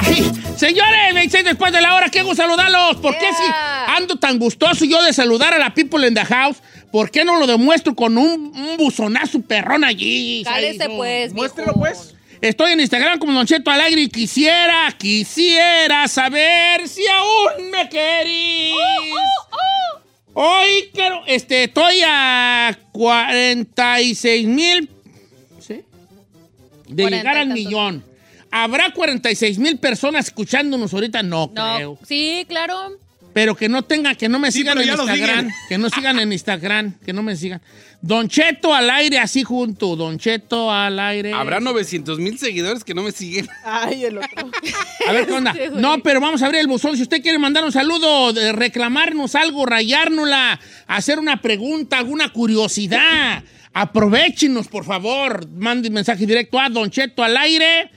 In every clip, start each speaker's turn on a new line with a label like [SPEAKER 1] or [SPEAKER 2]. [SPEAKER 1] Ay, señores, 26 después de la hora, qué gusto saludarlos. ¿Por qué si ando tan gustoso yo de saludar a la people in the house? ¿Por qué no lo demuestro con un, un buzonazo perrón allí?
[SPEAKER 2] Cálese,
[SPEAKER 1] Saido?
[SPEAKER 2] pues,
[SPEAKER 1] Muéstrelo,
[SPEAKER 2] mijo.
[SPEAKER 1] pues. Estoy en Instagram como Don Cheto al aire y quisiera, quisiera saber si aún me querís.
[SPEAKER 2] Oh,
[SPEAKER 1] Hoy quiero, este, estoy a 46 mil ¿sí? de
[SPEAKER 2] Cuarenta y
[SPEAKER 1] llegar al
[SPEAKER 2] tantos.
[SPEAKER 1] millón. ¿Habrá 46 mil personas escuchándonos ahorita? No,
[SPEAKER 2] No,
[SPEAKER 1] creo.
[SPEAKER 2] sí, claro.
[SPEAKER 1] Pero que no tengan, que no me
[SPEAKER 3] Sí,
[SPEAKER 1] sigan
[SPEAKER 3] pero
[SPEAKER 1] en
[SPEAKER 3] ya lo
[SPEAKER 1] Instagram.
[SPEAKER 3] siguen.
[SPEAKER 1] Que no sigan en Instagram, que no me sigan. Don Cheto al aire, así junto. Don Cheto al aire.
[SPEAKER 3] Habrá 900 mil seguidores que no me siguen.
[SPEAKER 4] Ay, el otro.
[SPEAKER 1] A ver qué onda.
[SPEAKER 2] Este güey.
[SPEAKER 1] No, pero vamos a abrir el buzón. Si usted quiere mandar un saludo, de- reclamarnos algo, rayárnosla, hacer una pregunta, alguna curiosidad, aprovechenos, por favor. Mande un mensaje directo a Don Cheto al aire.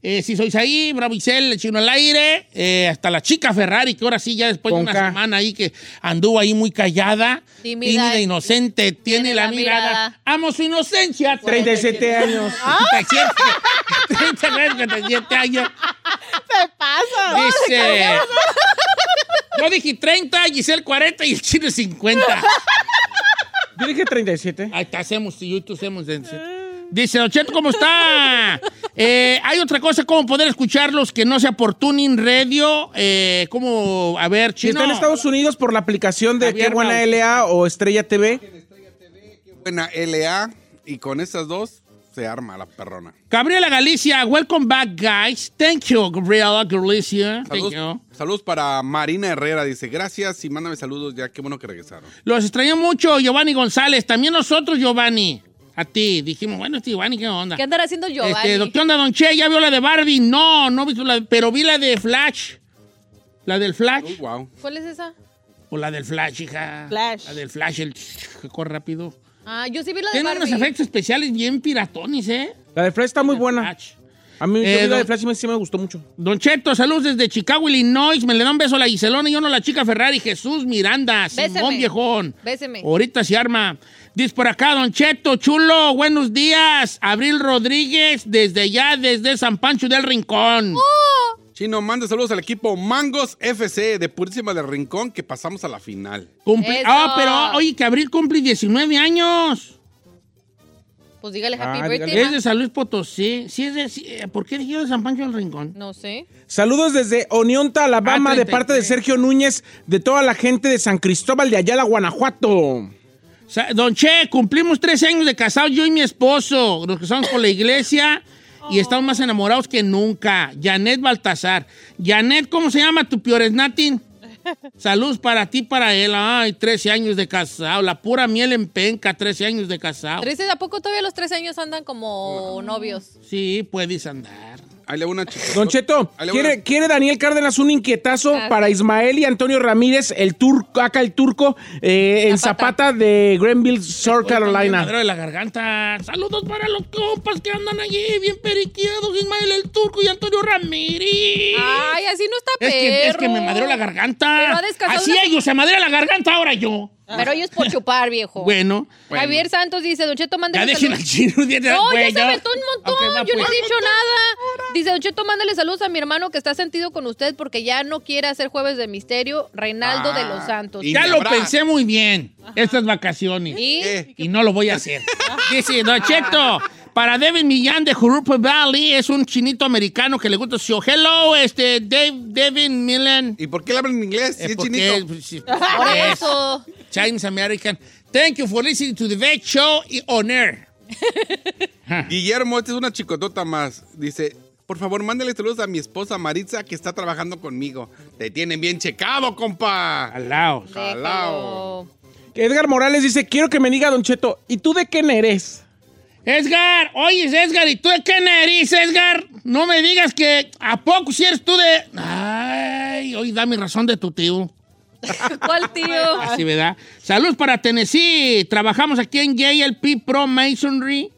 [SPEAKER 1] Eh, si sois ahí, Bravo Isel, el chino al aire. Eh, hasta la chica Ferrari, que ahora sí, ya después de una
[SPEAKER 3] Conca.
[SPEAKER 1] semana ahí que anduvo ahí muy callada,
[SPEAKER 2] Tímida. eh.
[SPEAKER 1] tímida, inocente, tiene, la,
[SPEAKER 2] la
[SPEAKER 1] mirada.
[SPEAKER 2] mirada.
[SPEAKER 1] Amo su inocencia.
[SPEAKER 5] 37 años.
[SPEAKER 1] 37, 37 años.
[SPEAKER 4] ¿Qué pasa?
[SPEAKER 1] Dice. Yo dije 30, Giselle 40 y el chino 50.
[SPEAKER 5] Yo dije 37.
[SPEAKER 1] Ahí está, hacemos YouTube, hacemos. Dice, Don Cheto, ¿cómo está? Eh, hay otra cosa, ¿cómo poder escucharlos que no sea por Tuning Radio? Eh, ¿Cómo? A ver,
[SPEAKER 5] Si
[SPEAKER 1] chino.
[SPEAKER 5] está en Estados Unidos por la aplicación de
[SPEAKER 1] Javier
[SPEAKER 5] Qué Buena
[SPEAKER 1] Bautista.
[SPEAKER 5] LA o Estrella TV.
[SPEAKER 3] Buena LA y con esas dos se arma la perrona.
[SPEAKER 1] Gabriela Galicia, welcome back, guys. Thank you, Gabriela Galicia. Thank
[SPEAKER 3] Saludos,
[SPEAKER 1] you.
[SPEAKER 3] saludos para Marina Herrera, dice gracias y mándame saludos ya, qué bueno que regresaron.
[SPEAKER 1] Los extrañó mucho, Giovanni González. También nosotros, Giovanni. A ti. Dijimos, bueno, este Giovanni, ¿qué onda?
[SPEAKER 2] ¿Qué andará haciendo Giovanni?
[SPEAKER 1] Este, ¿Qué onda, Don Che? ¿Ya vio la de Barbie? No, no vi la pero vi la de Flash. ¿La del
[SPEAKER 3] Oh,
[SPEAKER 1] Flash?
[SPEAKER 3] wow.
[SPEAKER 2] ¿Cuál es esa?
[SPEAKER 1] O la del Flash, hija.
[SPEAKER 4] Flash.
[SPEAKER 1] La del Flash, el que corre rápido.
[SPEAKER 2] Ah, yo sí vi la de
[SPEAKER 1] Tiene unos
[SPEAKER 2] Barbie.
[SPEAKER 1] efectos especiales bien piratones, ¿eh?
[SPEAKER 5] La de Flash está muy buena.
[SPEAKER 1] Flash.
[SPEAKER 5] A mí yo
[SPEAKER 1] Eh,
[SPEAKER 5] vi la
[SPEAKER 1] don-
[SPEAKER 5] de Flash y me- sí me gustó mucho.
[SPEAKER 1] Don Cheto, saludos desde Chicago, Illinois. Me le da un beso a la Giselona y uno a la chica Ferrari. Jesús Miranda, Simón
[SPEAKER 2] Béseme.
[SPEAKER 1] Viejón.
[SPEAKER 2] Béseme.
[SPEAKER 1] Ahorita se arma. Dice por acá, Don Cheto, chulo, buenos días. Abril Rodríguez, desde allá, desde San Pancho del Rincón.
[SPEAKER 3] Chino, manda saludos al equipo Mangos FC de Purísima del Rincón que pasamos a la final.
[SPEAKER 1] Cumple-
[SPEAKER 2] Eso.
[SPEAKER 1] Ah, pero oye, que Abril cumple 19 años.
[SPEAKER 2] Pues dígale happy
[SPEAKER 5] Ah,
[SPEAKER 2] birthday.
[SPEAKER 1] Es
[SPEAKER 2] ma.
[SPEAKER 1] de San Luis Potosí. Sí, es de, sí, eh, ¿Por qué dije yo de San Pancho del Rincón?
[SPEAKER 2] No sé.
[SPEAKER 5] Saludos desde Oneonta, Alabama,
[SPEAKER 1] Ah,
[SPEAKER 5] de parte de
[SPEAKER 1] 33.
[SPEAKER 5] Sergio Núñez, de toda la gente de San Cristóbal de Ayala, Guanajuato.
[SPEAKER 1] Sa- Don Che, cumplimos 13 años de casado yo y mi esposo. Nos casamos por la iglesia y estamos más enamorados que nunca. Janet Baltasar. Janet, ¿cómo se llama tu piores Natin? Saludos para ti, para él. Ay, 13 años de casado. La pura miel en penca, 13 años de casado.
[SPEAKER 2] ¿Trece, ¿A poco todavía los tres años andan como novios?
[SPEAKER 1] Sí, puedes andar.
[SPEAKER 3] Ahí le va una chica.
[SPEAKER 5] Don Cheto,
[SPEAKER 3] Ahí le va
[SPEAKER 5] ¿quiere,
[SPEAKER 3] una-
[SPEAKER 5] quiere Daniel Cárdenas un inquietazo
[SPEAKER 2] Ah,
[SPEAKER 5] para Ismael y Antonio Ramírez, el turco, acá el turco, eh, en
[SPEAKER 2] Zapata.
[SPEAKER 5] Zapata de Grenville, South
[SPEAKER 1] Ahorita me
[SPEAKER 5] Carolina.
[SPEAKER 1] madreo de la garganta. Saludos para los compas que andan allí, bien periqueados, Ismael el Turco y Antonio Ramírez.
[SPEAKER 2] Ay, así no está
[SPEAKER 1] es, que, es que me
[SPEAKER 2] perro.
[SPEAKER 1] madreo la
[SPEAKER 2] Pero
[SPEAKER 1] garganta.
[SPEAKER 2] ha descansado
[SPEAKER 1] Así
[SPEAKER 2] una-
[SPEAKER 1] ellos se madrean la garganta ahora yo.
[SPEAKER 2] Pero ellos por chupar, viejo.
[SPEAKER 1] Bueno,
[SPEAKER 2] Javier Santos dice, Don Cheto, mándale
[SPEAKER 1] ya dejen al chino.
[SPEAKER 2] No,
[SPEAKER 1] güey,
[SPEAKER 2] ya se aventó un montón.
[SPEAKER 1] Ok, va,
[SPEAKER 2] Yo no
[SPEAKER 1] pues.
[SPEAKER 2] he dicho nada. Dice, Don Cheto, mándale saludos a mi hermano que está sentido con usted porque ya no quiere hacer Jueves de Misterio, Reinaldo
[SPEAKER 1] Ah,
[SPEAKER 2] de los Santos.
[SPEAKER 3] y-
[SPEAKER 1] Ya lo
[SPEAKER 3] Habrá.
[SPEAKER 1] pensé muy bien estas vacaciones.
[SPEAKER 2] Y
[SPEAKER 3] ¿Qué?
[SPEAKER 1] Y no lo voy a hacer. Dice, Don Cheto, para David Millán de Jurupa Valley, es un chinito americano que le gusta su show. Hello, este, Dave, David Millen.
[SPEAKER 3] ¿Y por qué le hablan en inglés? Si
[SPEAKER 1] Eh,
[SPEAKER 3] es
[SPEAKER 1] porque-
[SPEAKER 3] chinito.
[SPEAKER 1] sí,
[SPEAKER 2] Por
[SPEAKER 1] es
[SPEAKER 2] eso.
[SPEAKER 1] Chinese American. Thank you for listening to the Vet Show y On Air.
[SPEAKER 3] Guillermo, esta es una chicotota más. Dice, por favor, mándale saludos a mi esposa Maritza que está trabajando conmigo. Te tienen bien checado, compa.
[SPEAKER 1] Al lado.
[SPEAKER 3] Jalao.
[SPEAKER 2] Déjalo.
[SPEAKER 5] Edgar Morales dice, quiero que me diga, Don Cheto, ¿y tú de quién eres?
[SPEAKER 1] Edgar, oye, Edgar, ¿y tú de qué nariz, Edgar? No me digas que a poco si eres tú de. Ay, hoy da mi razón de tu tío.
[SPEAKER 2] ¿Cuál tío?
[SPEAKER 1] Así, ¿verdad? Salud para Tennessee. Trabajamos aquí en JLP Pro Masonry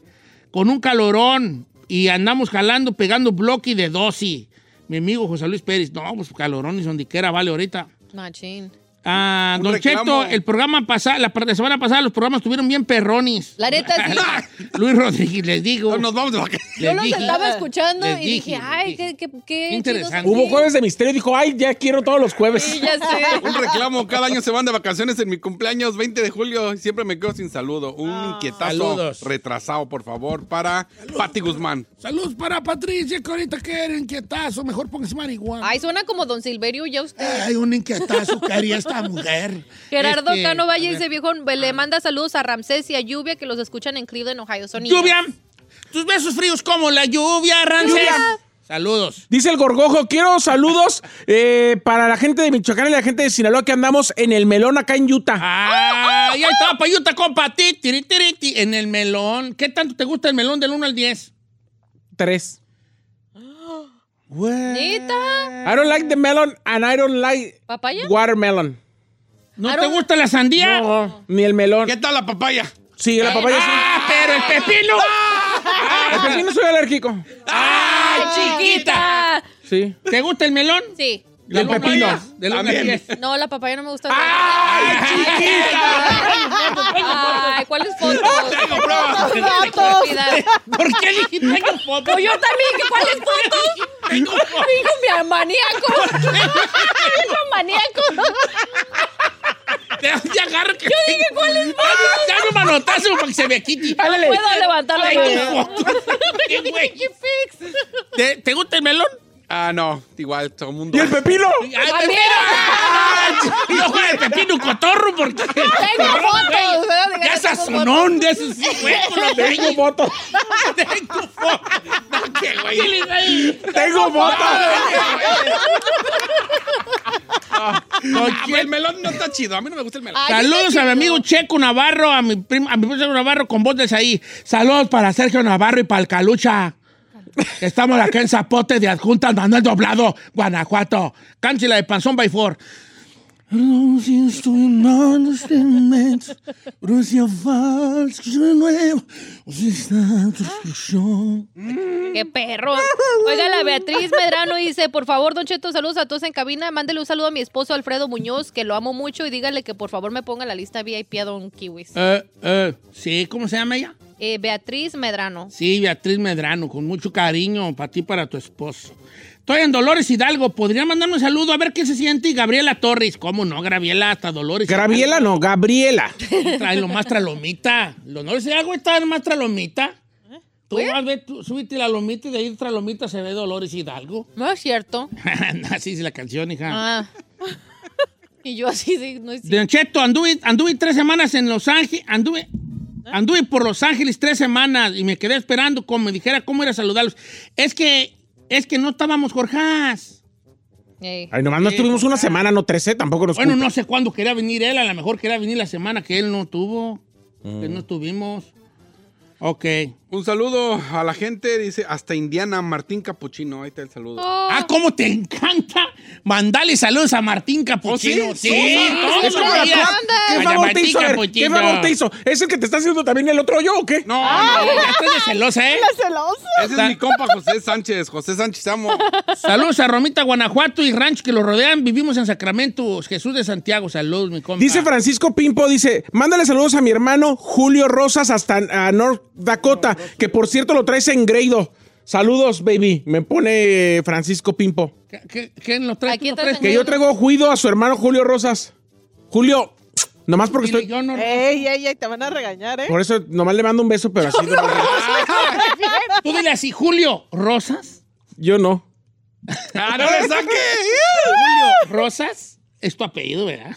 [SPEAKER 1] con un calorón y andamos jalando, pegando bloque de dosis. Mi amigo José Luis Pérez. No, pues calorón y donde quiera, vale, ahorita.
[SPEAKER 2] Machín.
[SPEAKER 1] Ah,
[SPEAKER 3] Un
[SPEAKER 1] don
[SPEAKER 3] reclamo.
[SPEAKER 1] Cheto, el programa pasado, la, la semana pasada los programas estuvieron bien perrones.
[SPEAKER 2] La neta sí.
[SPEAKER 1] Luis Rodríguez, les digo.
[SPEAKER 3] Nos vamos de vacaciones.
[SPEAKER 2] Yo
[SPEAKER 1] les
[SPEAKER 2] los
[SPEAKER 1] dije.
[SPEAKER 2] estaba escuchando
[SPEAKER 1] Les
[SPEAKER 2] y dije,
[SPEAKER 1] dije,
[SPEAKER 2] ay,
[SPEAKER 1] les
[SPEAKER 2] qué,
[SPEAKER 1] dije.
[SPEAKER 2] qué, qué
[SPEAKER 1] Interesante.
[SPEAKER 2] chidos son".
[SPEAKER 5] Hubo jueves de misterio y dijo, ay, ya quiero todos los
[SPEAKER 2] Sí,
[SPEAKER 5] jueves.
[SPEAKER 2] ya sé.
[SPEAKER 3] Un reclamo, cada año se van de vacaciones en mi cumpleaños, 20 de julio, y siempre me quedo sin saludo. Un inquietazo
[SPEAKER 1] Saludos.
[SPEAKER 3] retrasado, por favor, para Pati Guzmán.
[SPEAKER 1] Saludos para Patricia, que ahorita quiere inquietazo. Mejor póngase marihuana.
[SPEAKER 2] Ay, suena como Don Silverio ya usted.
[SPEAKER 1] Hay un inquietazo que haría esta mujer.
[SPEAKER 2] Gerardo
[SPEAKER 1] Este,
[SPEAKER 2] Cano Valle
[SPEAKER 1] a ver.
[SPEAKER 2] dice, viejo, le manda saludos a Ramsés y a Lluvia que los escuchan en Cleveland, Ohio. Son
[SPEAKER 1] Lluvia, tus besos fríos como la lluvia, Ramses.
[SPEAKER 5] Lluvia.
[SPEAKER 1] Saludos.
[SPEAKER 5] Dice el Gorgojo, quiero saludos eh, para la gente de Michoacán y la gente de Sinaloa que andamos en el melón acá en Utah.
[SPEAKER 1] Ah, ahí está, payuta, compa, ti, tiri, tiri, ti, en el melón. ¿Qué tanto te gusta el melón del 1 al 10?
[SPEAKER 5] Tres.
[SPEAKER 2] ¿Neta?
[SPEAKER 5] I don't like the melon and I don't like
[SPEAKER 2] ¿Papaya?
[SPEAKER 5] watermelon.
[SPEAKER 1] ¿No
[SPEAKER 2] I
[SPEAKER 1] te
[SPEAKER 2] don't-
[SPEAKER 1] gusta la sandía?
[SPEAKER 5] No, ni el melón.
[SPEAKER 3] ¿Qué tal la papaya?
[SPEAKER 5] Sí, la papaya sí.
[SPEAKER 1] ¡Ah, pero el pepino!
[SPEAKER 5] El pepino soy alérgico.
[SPEAKER 1] ¡Ah, chiquita!
[SPEAKER 2] Ah,
[SPEAKER 5] Sí.
[SPEAKER 1] ¿Te gusta el melón?
[SPEAKER 2] Sí.
[SPEAKER 1] Del
[SPEAKER 5] El
[SPEAKER 1] uno al
[SPEAKER 5] pepino.
[SPEAKER 1] 10, Del 1 al
[SPEAKER 3] También.
[SPEAKER 1] 10.
[SPEAKER 2] No, la papaya no me gusta.
[SPEAKER 1] ¡Ay,
[SPEAKER 2] Ay, ¿cuáles fotos?
[SPEAKER 3] Tengo pruebas.
[SPEAKER 1] ¿Por qué dije tengo foto?
[SPEAKER 2] Yo también, ¿que ¿cuáles fotos?
[SPEAKER 1] Tengo foto.
[SPEAKER 2] Dijo mi maníaco. Dijo maníaco.
[SPEAKER 1] Ya agarra que. Yo dije, ¿cuál es Ah, Dame un manotazo para que se me quite.
[SPEAKER 5] Ándale.
[SPEAKER 2] Puedo levantar la
[SPEAKER 1] Tengo
[SPEAKER 2] mano.
[SPEAKER 1] foto. ¿Qué güey? ¿Te, ¿Te gusta el melón?
[SPEAKER 3] Ah, no, igual, todo mundo.
[SPEAKER 5] ¿Y el pepino?
[SPEAKER 1] ¡Ay, pepino! ¡No, güey, pepino cotorro! Porque...
[SPEAKER 2] Tengo fotos. ¿verdad?
[SPEAKER 1] ¡Ya sazonón de esos huecos!
[SPEAKER 5] Tengo foto.
[SPEAKER 1] ¡Tengo foto! No, qué güey! ¿Qué le da?
[SPEAKER 5] Tengo foto.
[SPEAKER 3] Ah, güey, el melón no está chido. A mí no me gusta el melón.
[SPEAKER 4] Ay,
[SPEAKER 1] Saludos
[SPEAKER 4] está
[SPEAKER 1] a mi
[SPEAKER 4] chido.
[SPEAKER 1] amigo Checo Navarro, a mi primo, a mi primo Checo Navarro con voz de ahí. Saludos para Sergio Navarro y para el Calucha. Estamos acá en Zapote de Adjuntas Manuel Doblado, Guanajuato. Cáncila de Panzón by Four.
[SPEAKER 3] Ah.
[SPEAKER 2] Qué perro. Oiga, la Beatriz Medrano dice, por favor, Don Cheto, saludos a todos en cabina. Mándele un saludo a mi esposo Alfredo Muñoz, que lo amo mucho, y dígale que por favor me ponga en la lista VIP a Don Kiwis.
[SPEAKER 1] Eh, eh, sí, ¿cómo se llama ella?
[SPEAKER 2] Eh, Beatriz Medrano.
[SPEAKER 1] Sí, Beatriz Medrano, con mucho cariño para ti y para tu esposo. Estoy en Dolores Hidalgo, ¿podría mandarme un saludo a ver qué se siente? Y Gabriela Torres, ¿cómo no? Gabriela hasta Dolores.
[SPEAKER 5] Gabriela no, Gabriela.
[SPEAKER 1] Trae lo más tralomita. Lo no sé, algo está más tralomita. Tú vas a ver, tú, súbete la lomita y de ahí tralomita se ve Dolores Hidalgo.
[SPEAKER 2] No es cierto.
[SPEAKER 1] Así es la canción, hija.
[SPEAKER 2] Ah. y yo así, sí, no es cierto.
[SPEAKER 1] Don Cheto, anduve, anduve tres semanas en Los Ángeles, anduve, anduve por Los Ángeles tres semanas y me quedé esperando como me dijera cómo era saludarlos. Es que, es que no estábamos, Jorjás.
[SPEAKER 2] Ey.
[SPEAKER 5] Ay, nomás no estuvimos una semana, no 13, tampoco nos
[SPEAKER 1] Bueno,
[SPEAKER 5] culpe.
[SPEAKER 1] no sé cuándo quería venir él, a lo mejor quería venir la semana que él no tuvo, que
[SPEAKER 5] Mm.
[SPEAKER 1] no estuvimos. Ok.
[SPEAKER 3] Un saludo a la gente, dice, hasta Indiana, Martín Capuchino. Ahí está el saludo.
[SPEAKER 1] Ah, cómo te encanta mandarle saludos a Martín Capuchino.
[SPEAKER 3] ¿Oh, sí?
[SPEAKER 1] sí, todos
[SPEAKER 5] Es
[SPEAKER 1] los
[SPEAKER 5] como la
[SPEAKER 1] días.
[SPEAKER 5] plata. ¿Qué
[SPEAKER 1] Vaya
[SPEAKER 5] favor te
[SPEAKER 1] Martín
[SPEAKER 5] hizo? A ver, ¿Qué
[SPEAKER 1] Capuchino.
[SPEAKER 5] favor te hizo? ¿Es el que te está haciendo también el otro yo o qué?
[SPEAKER 3] No,
[SPEAKER 1] Ay, ya estoy de celosa, ¿eh?
[SPEAKER 4] celoso.
[SPEAKER 3] ese es mi compa José Sánchez. José Sánchez, te amo.
[SPEAKER 1] Saludos a Romita, Guanajuato y Rancho que lo rodean. Vivimos en Sacramento. Jesús de Santiago, saludos, mi compa.
[SPEAKER 5] Dice Francisco Pimpo, dice, mándale saludos a mi hermano Julio Rosas hasta a North Dakota, que por cierto lo traes en Greido. Saludos, baby. Me pone Francisco Pimpo.
[SPEAKER 1] ¿Qué- qué- ¿Quién lo trae?
[SPEAKER 2] Aquí
[SPEAKER 1] ¿Tú lo
[SPEAKER 2] está el
[SPEAKER 1] traes?
[SPEAKER 2] señor.
[SPEAKER 5] Que yo traigo juido a su hermano Julio Rosas. Julio, Nomás porque
[SPEAKER 1] Dile,
[SPEAKER 5] estoy.
[SPEAKER 1] yo no-
[SPEAKER 4] Ey, ey, ey, te van a regañar, ¿eh?
[SPEAKER 5] Por eso nomás le mando un beso, pero así. nomás-
[SPEAKER 1] Tú dile así, Julio, ¿rosas?
[SPEAKER 5] Yo no.
[SPEAKER 3] ¡Ah, no le saques!
[SPEAKER 1] Julio, ¿rosas? Es tu apellido, ¿verdad?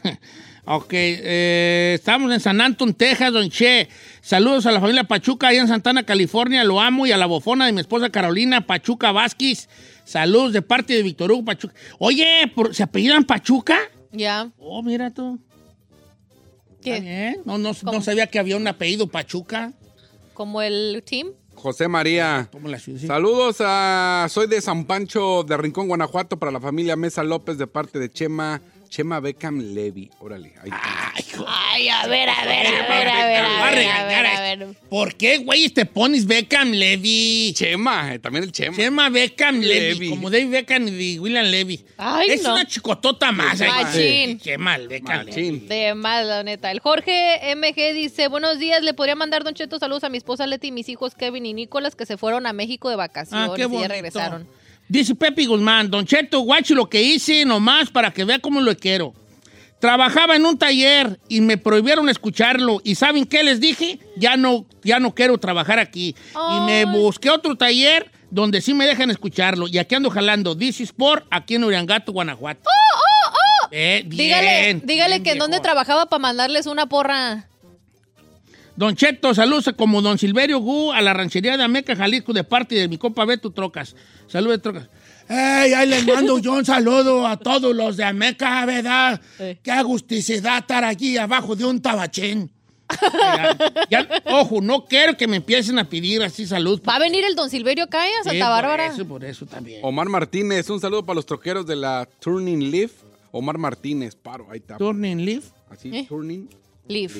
[SPEAKER 1] Ok, eh, estamos en San Anton, Texas, don Che. Saludos a la familia Pachuca, allá en Santana, California. Lo amo y a la bofona de mi esposa Carolina Pachuca Vázquez. Saludos de parte de Víctor Hugo Pachuca. Oye, ¿por- ¿se apellidan Pachuca?
[SPEAKER 2] Ya.
[SPEAKER 1] Oh, mira tú. Está
[SPEAKER 2] ¿Qué?
[SPEAKER 1] bien. No, no, no
[SPEAKER 2] ¿Cómo?
[SPEAKER 1] sabía que había un apellido Pachuca.
[SPEAKER 2] Como el team.
[SPEAKER 3] José María.
[SPEAKER 1] Como la ciudad.
[SPEAKER 3] Saludos a. Soy de San Pancho de Rincón, Guanajuato, para la familia Mesa López de parte de Chema. Chema Beckham Levy. Órale. ahí está.
[SPEAKER 1] Ay, hijo.
[SPEAKER 2] Ay, a ver, a ver, a
[SPEAKER 1] ver, a ver, a ver, a ver, a
[SPEAKER 2] ver.
[SPEAKER 1] ¿Por qué, güey, te pones Beckham Levy?
[SPEAKER 3] Chema, eh, también el Chema.
[SPEAKER 1] Se llama Beckham Levy,
[SPEAKER 3] Levy.
[SPEAKER 1] como David Beckham y William Levy.
[SPEAKER 2] Ay,
[SPEAKER 1] es
[SPEAKER 2] no.
[SPEAKER 1] una chicotota más. ay, sí,
[SPEAKER 2] Machín.
[SPEAKER 1] Qué mal, Beckham Levy.
[SPEAKER 3] Machín.
[SPEAKER 2] De mal, la neta. El Jorge MG dice, buenos días, le podría mandar Don Cheto saludos a mi esposa Leti y mis hijos Kevin y Nicolás que se fueron a México de vacaciones
[SPEAKER 1] Ah, qué
[SPEAKER 2] y ya
[SPEAKER 1] bonito.
[SPEAKER 2] regresaron.
[SPEAKER 1] Dice Pepe Guzmán, Don Cheto, guacho lo que hice nomás para que vea cómo lo quiero. Trabajaba en un taller y me prohibieron escucharlo. ¿Y saben qué les dije? Ya no, ya no quiero trabajar aquí. Y me
[SPEAKER 2] Ay.
[SPEAKER 1] busqué otro taller donde sí me dejan escucharlo. Y aquí ando jalando DC Sport, aquí en Uriangato, Guanajuato. Eh, bien,
[SPEAKER 2] Oh, dígale, dígale
[SPEAKER 1] bien,
[SPEAKER 2] que en dónde
[SPEAKER 1] viejo.
[SPEAKER 2] trabajaba para mandarles una porra.
[SPEAKER 1] Don Cheto, saludos como Don Silverio Gu a la ranchería de Ameca, Jalisco, de parte de mi compa Beto Trocas. Saludos, Trocas. ¡Ey! Ahí les mando yo un saludo a todos los de Ameca, ¿verdad?
[SPEAKER 2] Eh.
[SPEAKER 1] ¡Qué agusticidad estar aquí abajo de un tabachín! Ya, ya, ojo, no quiero que me empiecen a pedir así salud.
[SPEAKER 2] Va a venir el Don Silverio acá eh, a
[SPEAKER 1] Sí,
[SPEAKER 2] Santa Bárbara.
[SPEAKER 1] Por eso, por eso también.
[SPEAKER 3] Omar Martínez, un saludo para los troqueros de la Turning Leaf. Omar Martínez, paro, ahí está.
[SPEAKER 1] Turning leaf.
[SPEAKER 3] Así,
[SPEAKER 2] ¿Eh?
[SPEAKER 3] Turning
[SPEAKER 2] Leaf.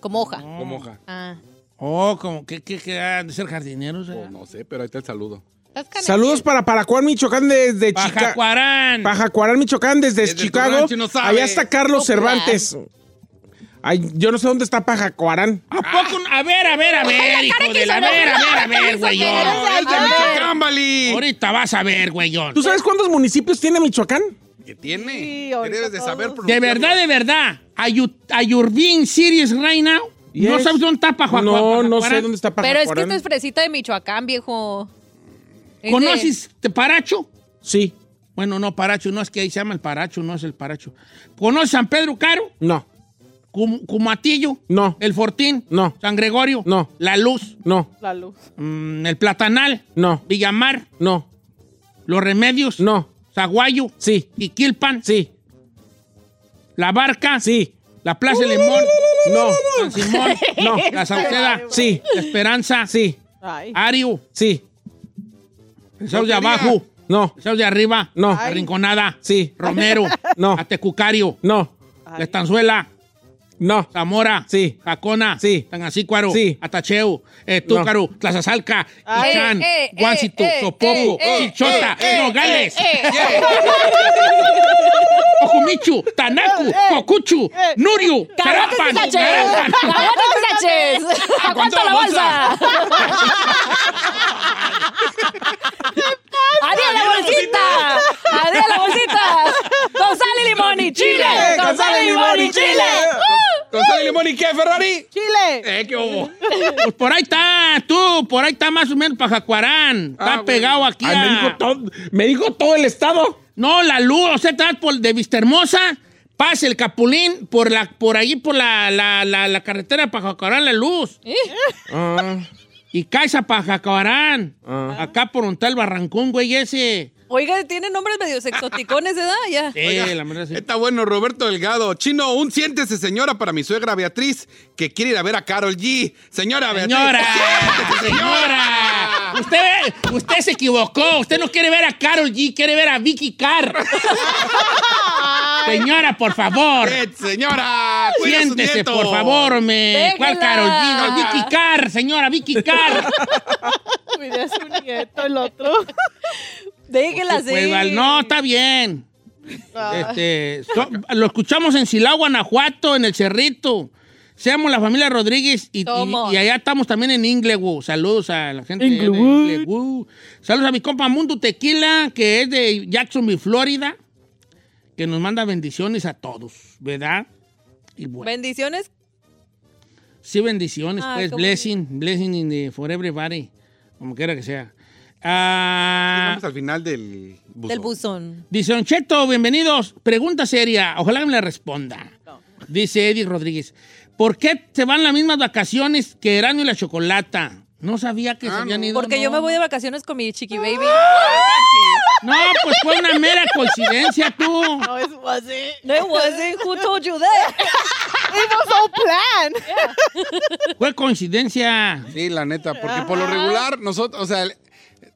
[SPEAKER 2] Como hoja.
[SPEAKER 1] Mm.
[SPEAKER 3] como hoja.
[SPEAKER 2] Ah.
[SPEAKER 1] Oh, como que, que, que han de ser jardineros.
[SPEAKER 3] Oh,
[SPEAKER 1] ¿verdad?
[SPEAKER 3] no sé, pero ahí está el saludo.
[SPEAKER 2] Estás cana-
[SPEAKER 5] Saludos para Paracuán, Michoacán, desde Chicago.
[SPEAKER 1] Pajacuarán.
[SPEAKER 5] Pajacuarán, Michoacán, desde,
[SPEAKER 3] Desde tu
[SPEAKER 5] Chicago.
[SPEAKER 3] rancho no sabe.
[SPEAKER 5] Allá está Carlos
[SPEAKER 2] No, claro.
[SPEAKER 5] Cervantes. Ay, yo no sé dónde está Pajacuarán.
[SPEAKER 1] ¿A poco? no? A ver, a ver, a ver, hijo de la... A ver, a ver, a ver, güey.
[SPEAKER 3] ¡No, es de Michoacán, Bali!
[SPEAKER 1] Ahorita vas a ver, güeyón.
[SPEAKER 5] ¿Tú sabes cuántos municipios tiene Michoacán?
[SPEAKER 3] ¿Qué tiene?
[SPEAKER 4] Sí,
[SPEAKER 3] ¿Qué
[SPEAKER 4] ahorita
[SPEAKER 3] debes de saber
[SPEAKER 4] todos.
[SPEAKER 1] De verdad, de verdad. Ayurbín Series right now. ¿No
[SPEAKER 5] Yes.
[SPEAKER 1] sabes dónde está Pajacuarán?
[SPEAKER 5] No, no sé dónde está
[SPEAKER 2] Pero es que
[SPEAKER 5] Pajacuarán.
[SPEAKER 2] esta es fresita de Michoacán, viejo. Es de-
[SPEAKER 1] ¿Conoces de Paracho?
[SPEAKER 5] Sí,
[SPEAKER 1] Bueno, no, Paracho, no es que ahí se llama el Paracho, no es el Paracho. ¿Conoces San Pedro Caro?
[SPEAKER 5] no,
[SPEAKER 1] Cum- Cumatillo.
[SPEAKER 5] No.
[SPEAKER 1] El Fortín.
[SPEAKER 5] No.
[SPEAKER 1] San Gregorio.
[SPEAKER 5] No.
[SPEAKER 1] La Luz.
[SPEAKER 5] no,
[SPEAKER 4] La luz.
[SPEAKER 1] Mm, el Platanal.
[SPEAKER 5] no,
[SPEAKER 1] Villamar.
[SPEAKER 5] no,
[SPEAKER 1] Los Remedios.
[SPEAKER 5] no,
[SPEAKER 1] Zaguayo.
[SPEAKER 5] sí,
[SPEAKER 1] Iquilpan.
[SPEAKER 5] sí,
[SPEAKER 1] La Barca.
[SPEAKER 5] sí,
[SPEAKER 1] La Plaza de Limón.
[SPEAKER 5] no,
[SPEAKER 1] San Simón.
[SPEAKER 5] no,
[SPEAKER 1] La Sauceda.
[SPEAKER 5] sí,
[SPEAKER 1] La Esperanza.
[SPEAKER 5] sí,
[SPEAKER 4] Ay.
[SPEAKER 1] Ario.
[SPEAKER 5] sí,
[SPEAKER 1] El Sauce de abajo.
[SPEAKER 5] no,
[SPEAKER 1] El Sauce de arriba.
[SPEAKER 5] No.
[SPEAKER 1] La Rinconada.
[SPEAKER 5] sí,
[SPEAKER 1] Romero.
[SPEAKER 5] No.
[SPEAKER 1] Atecucario.
[SPEAKER 5] no,
[SPEAKER 4] ay.
[SPEAKER 1] La Estanzuela.
[SPEAKER 5] no,
[SPEAKER 1] Zamora.
[SPEAKER 5] Sí.
[SPEAKER 1] Jacona.
[SPEAKER 5] Sí.
[SPEAKER 1] Tangasícuaro.
[SPEAKER 5] Sí.
[SPEAKER 1] Atacheu. eh, Túcaro. Tlazazalca.
[SPEAKER 4] Ay.
[SPEAKER 1] Ichán.
[SPEAKER 2] Eh, eh,
[SPEAKER 1] Guáncito.
[SPEAKER 2] eh,
[SPEAKER 1] Sopoco.
[SPEAKER 2] eh, eh,
[SPEAKER 1] Chichota.
[SPEAKER 2] eh,
[SPEAKER 1] Nogales.
[SPEAKER 2] eh, eh.
[SPEAKER 1] Ojumichu. Tanacu. Cocuchu. Nurio. Carapan. Naranjan.
[SPEAKER 2] ¡Aguántate, Sánchez! ¡Aguanta la bolsa! ¡Adiós la bolsita! ¡Adiós la bolsita! ¡Con sal y limón y chile!
[SPEAKER 5] Eh,
[SPEAKER 2] ¡Con sal y limón y chile!
[SPEAKER 3] Gonzalo Limón y qué, Ferrari.
[SPEAKER 4] Chile.
[SPEAKER 3] Eh, qué bobo.
[SPEAKER 1] Pues por ahí está, tú, por ahí está más o menos Pajacuarán. Está
[SPEAKER 3] Ah, bueno.
[SPEAKER 1] pegado aquí
[SPEAKER 5] Ay,
[SPEAKER 1] a-
[SPEAKER 5] me dijo todo, me dijo todo el estado.
[SPEAKER 1] No, la luz, o sea, estás por de Vista Hermosa, pasa el Capulín por la, por ahí por la, la, la, la carretera Pajacuarán, la luz.
[SPEAKER 5] Ah,
[SPEAKER 1] Y caes a Pajacuarán.
[SPEAKER 5] Ah.
[SPEAKER 1] Acá por un tal Barrancón, güey, ese.
[SPEAKER 2] Oiga, tiene nombres medio sexoticones, ¿verdad? Ya.
[SPEAKER 1] Sí, Eh, la verdad sí.
[SPEAKER 3] Está bueno, Roberto Delgado. Chino, un siéntese, señora, para mi suegra Beatriz, que quiere ir a ver a Carol G. Señora Beatriz.
[SPEAKER 1] Señora,
[SPEAKER 3] siéntese,
[SPEAKER 1] señora. Usted, usted se equivocó. Usted no quiere ver a Carol G, quiere ver a Vicky Carr. Señora, por favor.
[SPEAKER 3] Eh, señora, cuide a su
[SPEAKER 1] Siéntese,
[SPEAKER 3] nieto.
[SPEAKER 1] por favor, me.
[SPEAKER 2] Déjela.
[SPEAKER 1] ¿Cuál Carol G? No, Vicky Carr, señora, Vicky Carr.
[SPEAKER 4] Cuidé a su nieto, el otro.
[SPEAKER 2] Déjela así.
[SPEAKER 1] Pues, val- no, está bien. Este, so- lo escuchamos en Silao, Guanajuato, en el Cerrito. Seamos la familia Rodríguez y, y-
[SPEAKER 2] Somos.
[SPEAKER 1] y allá estamos también en Inglewood. Saludos a la gente de
[SPEAKER 4] Inglewood.
[SPEAKER 1] Inglewood. Saludos a mi compa Mundo Tequila, que es de Jacksonville, Florida, que nos manda bendiciones a todos, ¿verdad? Y bueno.
[SPEAKER 6] Bendiciones.
[SPEAKER 1] Sí, bendiciones,
[SPEAKER 6] Ah,
[SPEAKER 1] pues.
[SPEAKER 6] qué
[SPEAKER 1] Blessing, blessing in the for everybody. Como quiera que sea. Ah,
[SPEAKER 3] Llegamos al final del buzón.
[SPEAKER 6] Del buzón.
[SPEAKER 1] dice Don Cheto, bienvenidos. Pregunta seria, ojalá que me la responda. Dice Eddie Rodríguez. ¿Por qué se van las mismas vacaciones que Erano y la Chocolata? No sabía que se
[SPEAKER 3] Ah,
[SPEAKER 1] habían
[SPEAKER 3] no.
[SPEAKER 1] ido.
[SPEAKER 6] Porque yo
[SPEAKER 1] no.
[SPEAKER 6] me voy de vacaciones con mi chiqui baby.
[SPEAKER 2] ¡Ah!
[SPEAKER 1] No, pues fue una mera coincidencia, tú.
[SPEAKER 4] No, es así.
[SPEAKER 6] No pues, it wasn't. Who told you that?
[SPEAKER 4] It was all planned.
[SPEAKER 1] Fue coincidencia.
[SPEAKER 3] Sí, la neta, porque por lo regular, nosotros, o sea, el-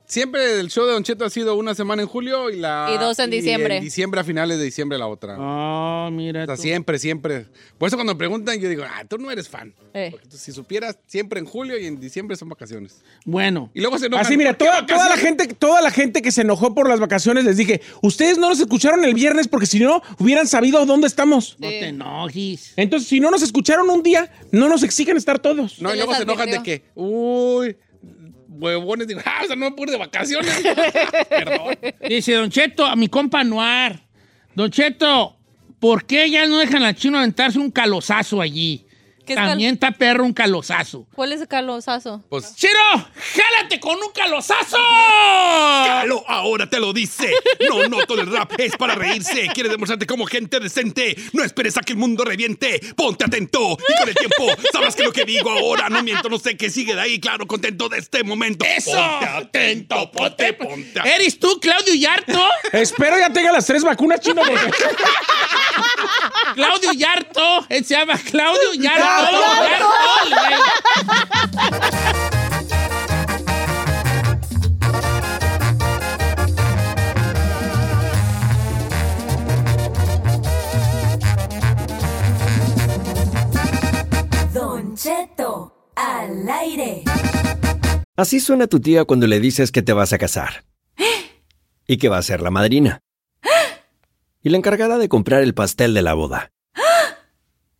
[SPEAKER 3] siempre el show de Don Cheto ha sido una semana en julio y la.
[SPEAKER 6] Y dos en diciembre.
[SPEAKER 3] En diciembre, a finales de diciembre, la otra.
[SPEAKER 1] Oh, mira.
[SPEAKER 3] O sea,
[SPEAKER 1] tú.
[SPEAKER 3] siempre, siempre. Por eso cuando me preguntan, yo digo, ah, tú no eres fan.
[SPEAKER 6] Eh.
[SPEAKER 3] Porque tú, si supieras, siempre en julio y en diciembre son vacaciones.
[SPEAKER 1] Bueno.
[SPEAKER 3] Y luego se enojan.
[SPEAKER 5] Así, mira,
[SPEAKER 3] ¿por qué
[SPEAKER 5] toda, toda la
[SPEAKER 3] vacaciones?
[SPEAKER 5] gente, toda la gente que se enojó por las vacaciones les dije, ustedes no nos escucharon el viernes porque si no hubieran sabido dónde estamos.
[SPEAKER 1] No te enojes.
[SPEAKER 5] Entonces, si no nos escucharon un día, no nos exigen estar todos.
[SPEAKER 3] No,
[SPEAKER 6] Se
[SPEAKER 3] y luego
[SPEAKER 6] les
[SPEAKER 3] se enojan de
[SPEAKER 6] advirtió.
[SPEAKER 3] que, uy, huevones. Digo, ah, o sea, no me puedo ir de vacaciones. Perdón.
[SPEAKER 1] Dice Don Cheto, a mi compa Noir. Don Cheto, ¿por qué ya no dejan al chino aventarse un calozazo allí?
[SPEAKER 6] ¿Qué es cal-
[SPEAKER 1] También está perro un calozazo.
[SPEAKER 6] ¿Cuál es el calosazo?
[SPEAKER 3] Pues,
[SPEAKER 1] ¡Chino! ¡Jálate con un calozazo!
[SPEAKER 3] Aló, ahora te lo dice. No, no, todo el rap es para reírse. Quiere demostrarte como gente decente. No esperes a que el mundo reviente. Ponte atento. Y con el tiempo, sabrás que lo que digo ahora no miento. No sé qué sigue de ahí. Claro, contento de este momento.
[SPEAKER 1] ¡Eso!
[SPEAKER 3] Ponte atento, ponte, ponte. atento.
[SPEAKER 1] ¿Eres tú, Claudio Yarto?
[SPEAKER 5] Espero ya tenga las tres vacunas, chino. porque-
[SPEAKER 1] Claudio Yarto. Él se llama Claudio Yarto. Yarto, güey.
[SPEAKER 7] Don Cheto, al aire.
[SPEAKER 8] Así suena tu tía cuando le dices que te vas a casar. Y que va a ser la madrina. Y la encargada de comprar el pastel de la boda.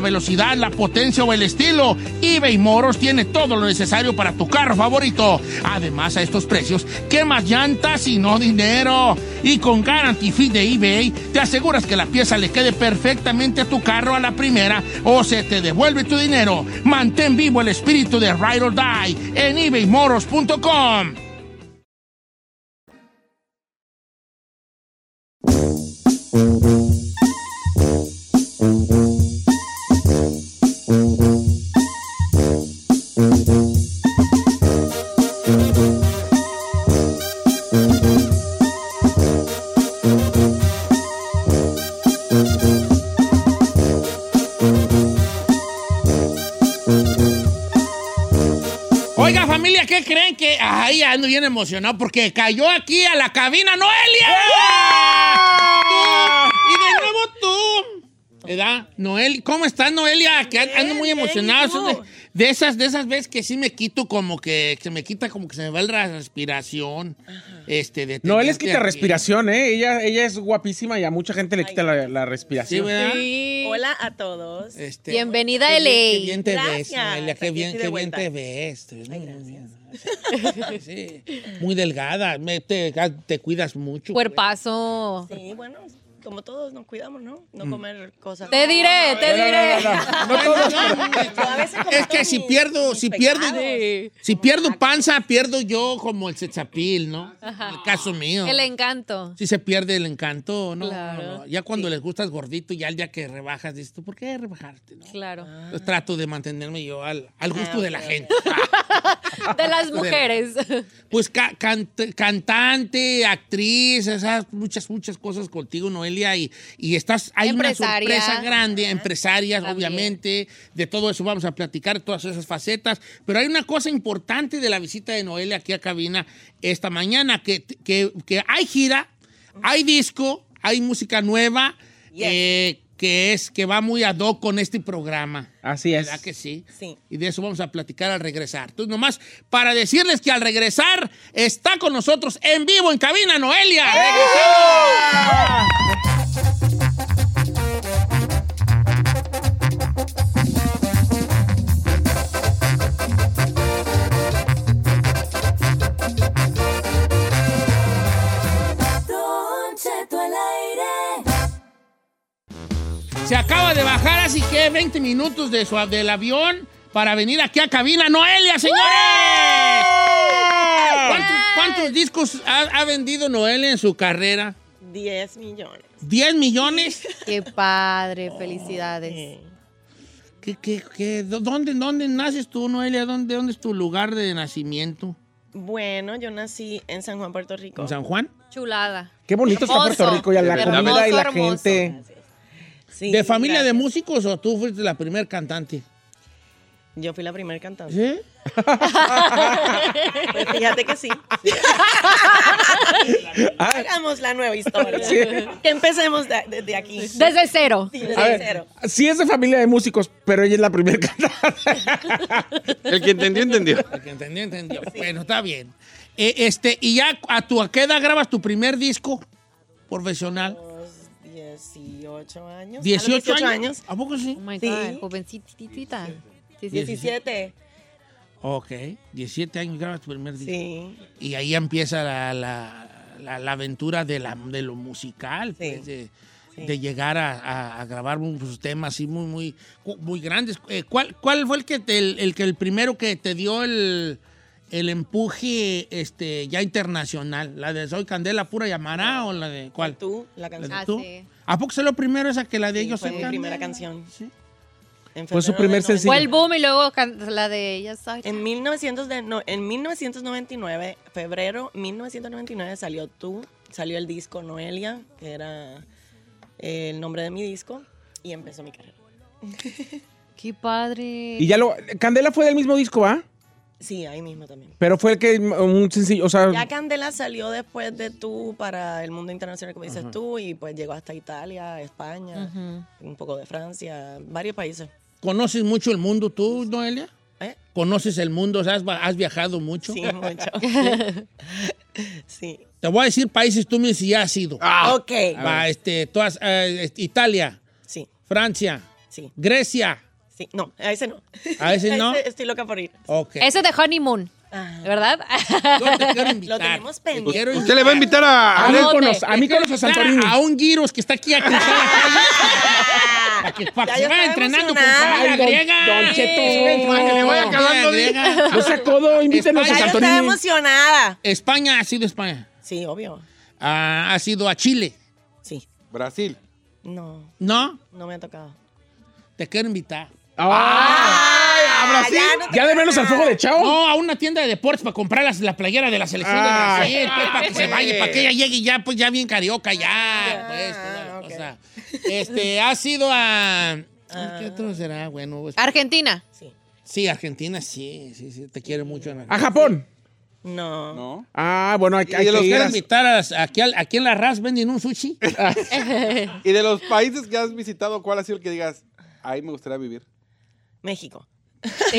[SPEAKER 1] velocidad, la potencia o el estilo, eBay Moros tiene todo lo necesario para tu carro favorito. Además, a estos precios, ¿qué más llantas y no dinero? Y con Guarantee Fee de eBay, te aseguras que la pieza le quede perfectamente a tu carro a la primera o se te devuelve tu dinero. Mantén vivo el espíritu de Ride or Die en ebaymoros.com. Oiga, familia, ¿qué creen que.? Ay, ando bien emocionado porque cayó aquí a la cabina Noelia. Tú, y de nuevo tú. ¿Verdad? Noel, ¿cómo estás, Noelia? Que an- ando muy emocionado. Son de, de esas, de esas veces que sí me quito como que, que se me quita como que se me va la respiración. Este, de
[SPEAKER 5] No, él es
[SPEAKER 1] tenerte
[SPEAKER 5] quita
[SPEAKER 1] aquí.
[SPEAKER 5] respiración, ¿eh? Ella, ella es guapísima y a mucha gente le quita la, la
[SPEAKER 1] Sí,
[SPEAKER 5] respiración.
[SPEAKER 1] ¿verdad?
[SPEAKER 4] Hola a todos.
[SPEAKER 1] Este,
[SPEAKER 6] Bienvenida
[SPEAKER 1] qué
[SPEAKER 6] a
[SPEAKER 1] bien-
[SPEAKER 6] LA.
[SPEAKER 1] Qué bien te ves,
[SPEAKER 4] Gracias.
[SPEAKER 1] Noelia, qué
[SPEAKER 4] Aquí
[SPEAKER 1] bien,
[SPEAKER 4] estoy
[SPEAKER 1] qué
[SPEAKER 4] de
[SPEAKER 1] bien
[SPEAKER 4] vuelta.
[SPEAKER 1] te ves. Te ves muy bien. Sí, muy delgada. me- te, ah, te cuidas mucho.
[SPEAKER 2] Cuerpazo.
[SPEAKER 4] Sí, bueno, como todos nos cuidamos, ¿no? No
[SPEAKER 1] Mm.
[SPEAKER 4] comer cosas.
[SPEAKER 2] Te diré, te No, no, diré. no, no, no. No todos.
[SPEAKER 1] Es que si pierdo, si pierdo, si pierdo panza, pierdo yo como el sexapil, ¿no?
[SPEAKER 2] Ajá.
[SPEAKER 1] El caso mío.
[SPEAKER 2] El encanto.
[SPEAKER 1] Si se pierde el encanto, ¿no? no,
[SPEAKER 2] Claro.
[SPEAKER 1] no. Ya cuando les gustas gordito, ya el día que rebajas, dices tú, ¿por qué rebajarte? no?
[SPEAKER 2] Claro.
[SPEAKER 1] Pues trato de mantenerme yo al,
[SPEAKER 4] Ah,
[SPEAKER 1] al gusto de la gente.
[SPEAKER 2] De las mujeres.
[SPEAKER 1] Pues ca- cant- cantante, actriz, esas muchas, muchas cosas contigo, Noelia, y, y estás, hay
[SPEAKER 2] Empresaria.
[SPEAKER 1] una sorpresa grande, empresarias, obviamente, de todo eso vamos a platicar, todas esas facetas, pero hay una cosa importante de la visita de Noelia aquí a cabina esta mañana, que, que- que hay gira, hay disco, hay música nueva, eh, que es, que va muy ad hoc con este programa.
[SPEAKER 5] Así es.
[SPEAKER 1] ¿Verdad que sí? Sí. Y de eso vamos a platicar al regresar. Entonces, nomás para decirles que al regresar está con nosotros en vivo en cabina Noelia. ¡Regresamos!
[SPEAKER 9] Don Cheto al aire.
[SPEAKER 1] Se acaba de bajar, así que 20 minutos de su, del avión para venir aquí a cabina Noelia, señores. ¿Cuántos, cuántos discos ha, ha vendido Noelia en su carrera?
[SPEAKER 4] 10 millones.
[SPEAKER 1] ¿10 millones?
[SPEAKER 2] Qué padre, felicidades.
[SPEAKER 1] ¿Qué, qué, qué? ¿Dó- ¿Dónde, ¿Dónde naces tú, Noelia? ¿Dónde, ¿Dónde es tu lugar de nacimiento?
[SPEAKER 4] Bueno, yo nací en San Juan, Puerto Rico.
[SPEAKER 1] ¿En San Juan?
[SPEAKER 2] Chulada.
[SPEAKER 5] Qué bonito está Puerto Rico, ya la
[SPEAKER 4] Hermoso,
[SPEAKER 5] comida y la
[SPEAKER 4] hermoso.
[SPEAKER 5] gente.
[SPEAKER 1] ¿De familia de músicos o tú fuiste la primer cantante?
[SPEAKER 4] Yo fui la primera cantante.
[SPEAKER 1] ¿Sí?
[SPEAKER 4] Pues fíjate que sí.
[SPEAKER 1] Ah.
[SPEAKER 4] Hagamos la nueva historia.
[SPEAKER 5] Sí.
[SPEAKER 4] Que empecemos de- desde aquí.
[SPEAKER 2] Desde cero.
[SPEAKER 4] Sí, desde
[SPEAKER 5] A ver,
[SPEAKER 4] cero.
[SPEAKER 5] sí es de familia de músicos, pero ella es la primera cantante.
[SPEAKER 10] El que entendió, entendió.
[SPEAKER 1] El que entendió, entendió. Bueno, está bien. Eh, este, ¿Y ya a tu a qué edad grabas tu primer disco profesional?
[SPEAKER 4] 18 años.
[SPEAKER 1] 18
[SPEAKER 4] A los
[SPEAKER 1] años. ¿A poco sí?
[SPEAKER 2] Oh my
[SPEAKER 4] Sí.
[SPEAKER 2] God, jovencitita. Sí, sí, sí.
[SPEAKER 4] 17.
[SPEAKER 1] Ok, 17 años grabas tu primer disco. Y ahí empieza la, la- la- la aventura de, la, de lo musical, pues, de, de llegar a, a- a grabar unos temas así muy, muy, muy grandes. Eh, ¿cuál, ¿Cuál fue el que te- el, el que el primero que te dio el, el empuje este, ya internacional? ¿La de Soy Candela Pura Llamará o la de cuál? Ah,
[SPEAKER 4] Tú, la canción. Ah,
[SPEAKER 1] de tú? ¿A poco se lo primero esa que la de ellos?
[SPEAKER 4] fue
[SPEAKER 1] Soy
[SPEAKER 4] mi
[SPEAKER 1] Candela?
[SPEAKER 4] primera canción. En
[SPEAKER 1] Fue su
[SPEAKER 4] febrero
[SPEAKER 1] primer
[SPEAKER 4] del
[SPEAKER 1] sencillo.
[SPEAKER 2] Fue el boom y luego can- la de ella. ¿sabes?
[SPEAKER 4] En, 1900 de- no, en 1999, febrero 1999, salió tú, salió el disco Noelia, que era eh, el nombre de mi disco, y empezó mi carrera.
[SPEAKER 2] Qué padre.
[SPEAKER 5] Y ya lo. Candela fue del mismo disco, ¿va?
[SPEAKER 4] Sí, ahí mismo también.
[SPEAKER 5] Pero fue el que. mm, Un sencillo. O sea.
[SPEAKER 4] Ya Candela salió después de tú para el mundo internacional, como dices
[SPEAKER 5] Ajá.
[SPEAKER 4] tú, y pues llegó hasta Italia, España, un poco de Francia, varios países.
[SPEAKER 1] ¿Conoces mucho el mundo tú, Noelia?
[SPEAKER 4] ¿Eh?
[SPEAKER 1] ¿Conoces el mundo? O sea, ¿Has, va- has viajado mucho?
[SPEAKER 4] Sí, mucho. sí.
[SPEAKER 1] Te voy a decir países, tú me dices si ya has ido.
[SPEAKER 4] Ah, ok.
[SPEAKER 1] Va, este, todas, eh, este, Italia.
[SPEAKER 4] Sí.
[SPEAKER 1] Francia.
[SPEAKER 4] Sí.
[SPEAKER 1] Grecia.
[SPEAKER 4] Sí, no, a ese no.
[SPEAKER 1] ¿A ese no? Oh,
[SPEAKER 4] estoy loca por ir.
[SPEAKER 1] Ok.
[SPEAKER 2] Ese de Honeymoon, ¿verdad?
[SPEAKER 4] Lo tenemos pendiente.
[SPEAKER 1] Quiero
[SPEAKER 10] Usted le va a invitar a.
[SPEAKER 1] ¿A Ah. dónde?
[SPEAKER 10] Míconos,
[SPEAKER 1] Te quiero invitar A un Giros que está aquí a cruzar la calle. Para que, para que
[SPEAKER 4] Ya
[SPEAKER 1] se
[SPEAKER 4] yo
[SPEAKER 1] vaya
[SPEAKER 4] estaba
[SPEAKER 1] entrenando con
[SPEAKER 4] emocionada.
[SPEAKER 1] comida
[SPEAKER 4] Ay, don-
[SPEAKER 1] griega.
[SPEAKER 4] don Cheto,
[SPEAKER 1] Para que le vaya
[SPEAKER 4] no.
[SPEAKER 1] cagando. griega.
[SPEAKER 5] No sea codo, invítenos
[SPEAKER 1] España.
[SPEAKER 5] a
[SPEAKER 1] Yo
[SPEAKER 5] Santorini.
[SPEAKER 1] estaba
[SPEAKER 4] emocionada.
[SPEAKER 1] España, ha sido España.
[SPEAKER 4] Sí, obvio.
[SPEAKER 1] Ah, ha sido a Chile.
[SPEAKER 4] Sí.
[SPEAKER 10] Brasil.
[SPEAKER 4] No,
[SPEAKER 1] ¿No?
[SPEAKER 4] no me ha tocado.
[SPEAKER 1] Te quiero invitar. Ah,
[SPEAKER 5] ¡Ay! ¿A Brasil? ¿Ya de menos al fuego de Chao?
[SPEAKER 1] No, a una tienda de deportes para comprar las- la playera de la selección
[SPEAKER 5] Ah.
[SPEAKER 1] de Brasil, pues, para que se
[SPEAKER 5] Sí.
[SPEAKER 1] vaya, para que ella llegue ya, pues ya bien carioca, ya, pues, toda la cosa. Este, ha sido a... ¿Qué otro será? Bueno, pues-
[SPEAKER 2] Argentina.
[SPEAKER 1] Sí, Argentina, sí, sí, sí, te quiere mucho. en
[SPEAKER 5] ¿A
[SPEAKER 1] Argentina.
[SPEAKER 5] Japón?
[SPEAKER 4] No.
[SPEAKER 5] No. Ah, bueno, hay,
[SPEAKER 1] ¿Y
[SPEAKER 5] hay
[SPEAKER 1] de los
[SPEAKER 5] que
[SPEAKER 1] que
[SPEAKER 5] ir a-
[SPEAKER 1] quieren invitar a las- aquí, al- aquí en la RAS venden un sushi?
[SPEAKER 10] Y de los países que has visitado, ¿cuál ha sido el que digas, ahí me gustaría vivir?
[SPEAKER 4] México.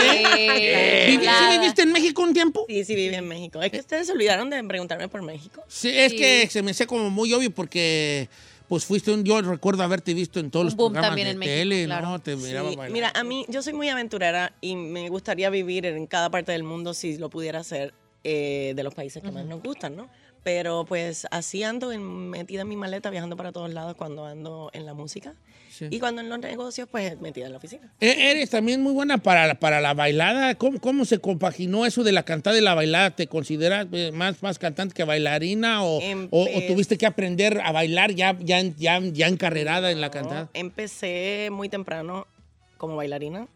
[SPEAKER 1] ¿Vivi- sí viviste en México un tiempo?
[SPEAKER 4] Sí, sí, viví en México. Es que ustedes se olvidaron de preguntarme por México.
[SPEAKER 1] Sí, es
[SPEAKER 4] Sí.
[SPEAKER 1] que se me hace como muy obvio porque pues fuiste un. Yo recuerdo haberte visto en todos los
[SPEAKER 2] boom
[SPEAKER 1] programas
[SPEAKER 2] también
[SPEAKER 1] de
[SPEAKER 2] en México,
[SPEAKER 1] tele,
[SPEAKER 2] claro.
[SPEAKER 1] ¿no? Te miraba
[SPEAKER 4] Sí,
[SPEAKER 1] bailar.
[SPEAKER 4] Mira, a mí yo soy muy aventurera y me gustaría vivir en cada parte del mundo si lo pudiera hacer eh, de los países que más nos gustan, ¿no? Pero pues así ando en- metida en mi maleta viajando para todos lados cuando ando en la música
[SPEAKER 1] Sí.
[SPEAKER 4] y cuando en los negocios pues metida en la oficina.
[SPEAKER 1] E- Eres también muy buena para la, para la bailada. ¿Cómo, cómo se compaginó eso de la cantada y la bailada? ¿Te consideras eh, más, más cantante que bailarina o, o- o tuviste que aprender a bailar ya, ya, en- ya, ya encarrerada en la cantada?
[SPEAKER 4] Empecé muy temprano como bailarina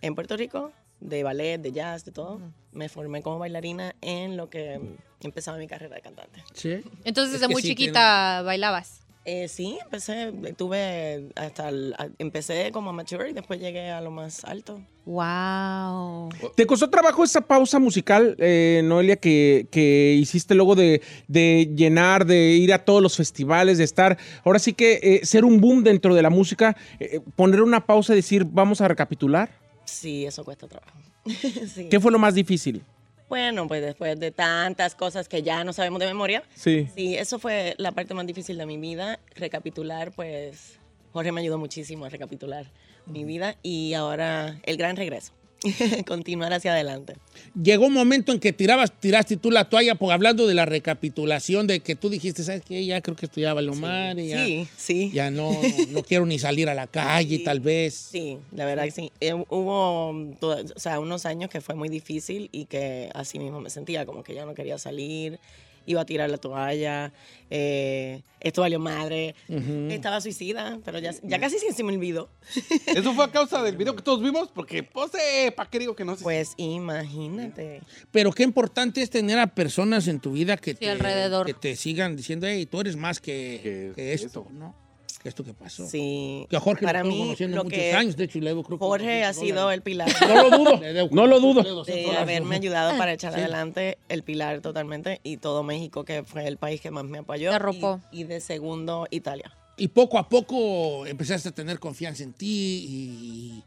[SPEAKER 4] en Puerto Rico, de ballet, de jazz, de todo. Me formé como bailarina en lo que empezaba mi carrera de cantante.
[SPEAKER 1] Sí.
[SPEAKER 2] Entonces,
[SPEAKER 4] Es
[SPEAKER 2] desde
[SPEAKER 4] que
[SPEAKER 2] muy
[SPEAKER 4] sí,
[SPEAKER 2] chiquita bailabas.
[SPEAKER 4] Eh, sí, empecé, tuve hasta, el- a- empecé como amateur y después llegué a lo más alto.
[SPEAKER 2] Wow.
[SPEAKER 5] ¿Te costó trabajo esa pausa musical, eh, Noelia, que, que hiciste luego de, de llenar, de ir a todos los festivales, de estar? Ahora sí que eh, ser un boom dentro de la música, eh, poner una pausa y decir, vamos a recapitular.
[SPEAKER 4] Sí, eso cuesta trabajo. Sí.
[SPEAKER 5] ¿Qué fue lo más difícil?
[SPEAKER 4] Bueno, pues después de tantas cosas que ya no sabemos de memoria.
[SPEAKER 5] Sí.
[SPEAKER 4] Sí, eso fue la parte más difícil de mi vida. Recapitular, pues Jorge me ayudó muchísimo a recapitular mi vida y ahora el gran regreso. Continuar hacia adelante.
[SPEAKER 1] Llegó un momento en que tirabas, tiraste tú la toalla, por, hablando de la recapitulación, de que tú dijiste, ¿sabes qué? Ya creo que estudiaba lo mar y ya,
[SPEAKER 4] sí, sí.
[SPEAKER 1] ya no, no quiero ni salir a la calle, tal vez.
[SPEAKER 4] Sí, la verdad que sí. Eh, hubo mm, toda- o sea, unos años que fue muy difícil y que así mismo me sentía, como que ya no quería salir, iba a tirar la toalla, eh, esto valió madre,
[SPEAKER 10] Ujú.
[SPEAKER 4] estaba suicida, pero ya, ya casi se, se me olvidó.
[SPEAKER 10] Eso fue a causa del video que todos vimos, porque, pues, eh, ¿para qué digo que no sé?
[SPEAKER 4] Pues imagínate.
[SPEAKER 1] Pero qué importante es tener a personas en tu vida que,
[SPEAKER 4] Sí,
[SPEAKER 1] te,
[SPEAKER 4] alrededor.
[SPEAKER 1] que te sigan diciendo, hey, tú eres más que, que esto, ¿no? Que esto que pasó.
[SPEAKER 4] Sí.
[SPEAKER 1] Que a Jorge
[SPEAKER 4] Para
[SPEAKER 1] lo tengo
[SPEAKER 4] mí,
[SPEAKER 1] conociendo
[SPEAKER 4] lo
[SPEAKER 1] muchos
[SPEAKER 4] que-
[SPEAKER 1] años, de hecho, y le debo, creo que
[SPEAKER 4] Jorge ha
[SPEAKER 1] 200
[SPEAKER 4] sido
[SPEAKER 1] dólares.
[SPEAKER 4] el pilar.
[SPEAKER 1] No lo dudo, Le debo- no lo dudo. le debo 200
[SPEAKER 4] De
[SPEAKER 1] dólares.
[SPEAKER 4] haberme ayudado para echar
[SPEAKER 1] Sí.
[SPEAKER 4] adelante el pilar totalmente y todo México, que fue el país que más me apoyó. y-
[SPEAKER 2] Te arropó.
[SPEAKER 4] y de segundo, Italia.
[SPEAKER 1] Y poco a poco empezaste a tener confianza en ti y,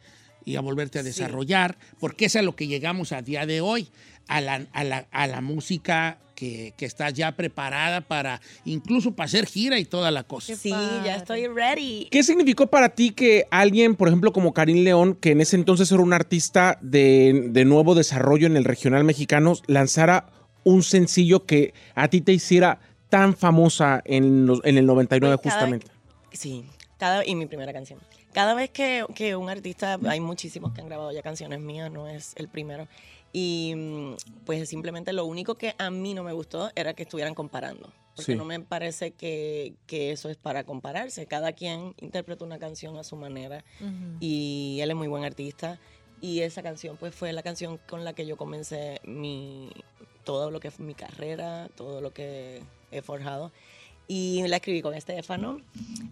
[SPEAKER 1] y a volverte a desarrollar, porque es a lo que llegamos a día de hoy, a la, a la- a la música que, que estás ya preparada para, incluso para hacer gira y toda la cosa.
[SPEAKER 4] Sí, ya estoy ready.
[SPEAKER 5] ¿Qué significó para ti que alguien, por ejemplo, como Karim León, que en ese entonces era un artista de, de nuevo desarrollo en el regional mexicano, lanzara un sencillo que a ti te hiciera tan famosa en, los- en el 99
[SPEAKER 4] Pues cada-
[SPEAKER 5] justamente?
[SPEAKER 4] Sí, cada, y mi primera canción. Cada vez que, que un artista, hay muchísimos que han grabado ya canciones mías, no es el primero. Y mm, pues simplemente lo único que a mí no me gustó era que estuvieran comparando. Porque
[SPEAKER 11] Sí.
[SPEAKER 4] no me parece que, que eso es para compararse. Cada quien interpreta una canción a su manera.
[SPEAKER 11] Ujú.
[SPEAKER 4] Y él es muy buen artista. Y esa canción pues fue la canción con la que yo comencé mi, todo lo que fue mi carrera, todo lo que he forjado. Y la escribí con Estefano.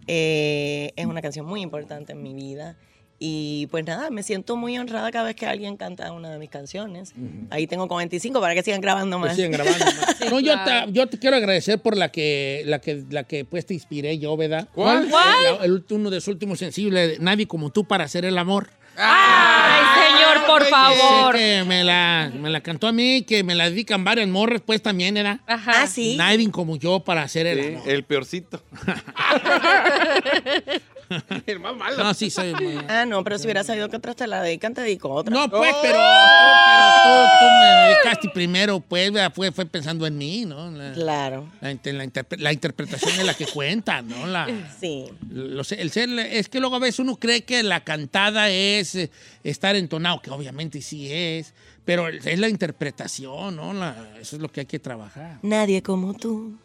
[SPEAKER 4] Eh, es una canción muy importante en mi vida. Y pues nada, me siento muy honrada cada vez que alguien canta una de mis canciones. Ahí tengo con 25 para que sigan grabando
[SPEAKER 1] Que
[SPEAKER 4] más.
[SPEAKER 1] sigan Pues grabando más. No, yo, te, yo te quiero agradecer por la que, la que, la que pues te inspiré yo, ¿verdad?
[SPEAKER 4] ¿Cuál? ¿Cuál?
[SPEAKER 1] El- el ulti- uno de sus últimos sencillos, Nadie como tú para hacer el amor.
[SPEAKER 2] Ay, señor, por favor.
[SPEAKER 1] Sé que me la, me la cantó a mí, que me la dedican varias morras, pues también era.
[SPEAKER 2] Ajá.
[SPEAKER 4] Ah, sí.
[SPEAKER 1] Nadie como yo para hacer el amor.
[SPEAKER 10] El peorcito.
[SPEAKER 1] el más malo. No, sí, soy muy-
[SPEAKER 4] Ah, no, pero si hubiera sabido que otra te la dedican, te dedico otra.
[SPEAKER 1] No, pues, pero, pero tú, tú me dedicaste primero, pues, vea, fue, fue pensando en mí, ¿no?
[SPEAKER 4] claro.
[SPEAKER 1] La, inter- la interpre- la interpretación es la que cuenta, ¿no? La,
[SPEAKER 4] Sí.
[SPEAKER 1] lo sé, el ser- es que luego a veces uno cree que la cantada es eh, estar entonado, que obviamente sí es, pero el- es la interpretación, ¿no? La- eso es lo que hay que trabajar.
[SPEAKER 4] Nadie como tú.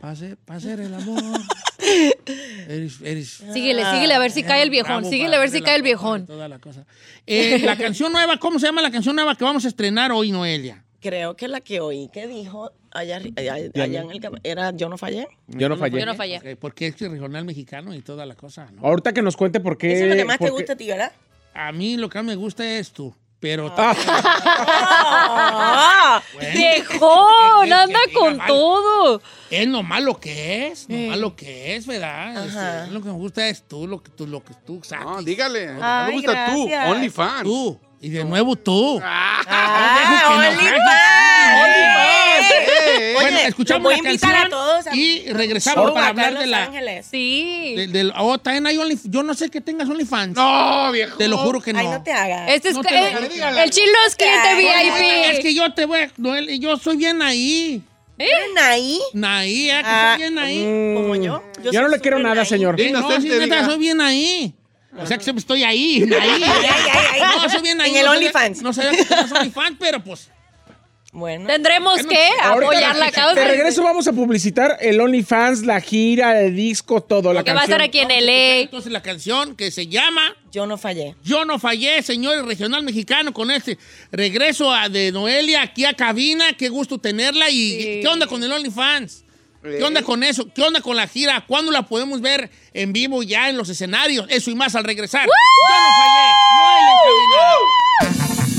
[SPEAKER 1] Pase, pase el amor. Eres, eres-
[SPEAKER 2] Síguele, síguele a ver
[SPEAKER 1] Ah,
[SPEAKER 2] si cae el viejón.
[SPEAKER 1] Bravo,
[SPEAKER 2] síguele a ver
[SPEAKER 1] padre,
[SPEAKER 2] si
[SPEAKER 1] la
[SPEAKER 2] cae el
[SPEAKER 1] madre,
[SPEAKER 2] viejón.
[SPEAKER 1] toda la cosa. Eh, la canción nueva, ¿cómo se llama la canción nueva que vamos a estrenar hoy, Noelia?
[SPEAKER 4] Creo que la que oí que dijo allá, arri- allá-
[SPEAKER 1] Ya
[SPEAKER 4] allá
[SPEAKER 1] no.
[SPEAKER 4] en el cam- era Yo no fallé.
[SPEAKER 5] Yo no fallé.
[SPEAKER 1] Ok, Eh, porque es el regional mexicano y toda la cosa, ¿no?
[SPEAKER 5] Ahorita que nos cuente por qué.
[SPEAKER 4] Eso es lo que más te
[SPEAKER 5] por qué-
[SPEAKER 4] gusta a ti, ¿verdad?
[SPEAKER 1] A mí lo que más me gusta es tú, pero...
[SPEAKER 4] Ah,
[SPEAKER 2] ¡Viejón! ¡Anda con todo!
[SPEAKER 1] Es nomás lo que es, nomás lo que es, ¿verdad?
[SPEAKER 2] Ajá.
[SPEAKER 1] Este, lo que me gusta es tú, lo que tú, lo que tú sacas.
[SPEAKER 10] No, dígale.
[SPEAKER 1] Lo que
[SPEAKER 10] Ay,
[SPEAKER 1] me gusta tú,
[SPEAKER 10] gracias.
[SPEAKER 1] OnlyFans. Tú. Y Y de nuevo tú.
[SPEAKER 4] ah,
[SPEAKER 10] Eh,
[SPEAKER 1] Bueno, escuchamos la canción y regresamos para hablar de la...
[SPEAKER 2] Sí.
[SPEAKER 1] De, de- oh, también hay OnlyFans. Yo no sé que tengas OnlyFans. Oh,
[SPEAKER 2] No, viejo.
[SPEAKER 1] Te lo juro que no.
[SPEAKER 2] Ay, no te hagas. Este es
[SPEAKER 1] No
[SPEAKER 2] que-
[SPEAKER 1] te lo
[SPEAKER 2] el-
[SPEAKER 1] juro.
[SPEAKER 2] el chilo es cliente
[SPEAKER 1] Ay,
[SPEAKER 2] VIP.
[SPEAKER 1] bueno, Es que yo te voy a- no, el- Yo soy bien ahí.
[SPEAKER 2] ¿Eh?
[SPEAKER 4] ¿Naí?
[SPEAKER 1] Naí, ¿eh? que
[SPEAKER 4] Ah,
[SPEAKER 1] soy bien ahí.
[SPEAKER 2] mm.
[SPEAKER 5] Como yo. ya no le quiero nada, señor.
[SPEAKER 1] Eh, no, sí, neta, soy bien ahí. O sea que siempre estoy ahí, ahí.
[SPEAKER 5] Ay,
[SPEAKER 4] ay, ay.
[SPEAKER 1] No, soy bien ahí.
[SPEAKER 4] En el
[SPEAKER 1] no sabía-
[SPEAKER 4] OnlyFans.
[SPEAKER 1] No sabía que tenías OnlyFans, pero pues.
[SPEAKER 4] Bueno.
[SPEAKER 2] Tendremos que
[SPEAKER 5] Ahorita la- De regreso vamos a publicitar el OnlyFans, la gira, el disco, todo. La
[SPEAKER 1] Que va a estar
[SPEAKER 5] canción.
[SPEAKER 1] aquí en el
[SPEAKER 2] E?
[SPEAKER 1] Entonces la canción que se llama
[SPEAKER 4] Yo no fallé.
[SPEAKER 1] Yo no fallé, señores regional mexicano, con este regreso a- de Noelia aquí a cabina. Qué gusto tenerla. ¿Y qué onda con el OnlyFans? ¿Qué
[SPEAKER 4] Eh.
[SPEAKER 1] onda con eso? ¿Qué onda con la gira? ¿Cuándo la podemos ver en vivo ya en los escenarios? Eso y más al regresar. Yo no fallé. Noelia en cabina.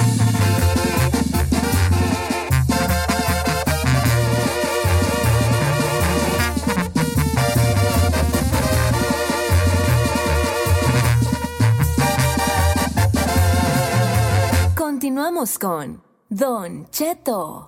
[SPEAKER 9] Continuamos con Don Cheto.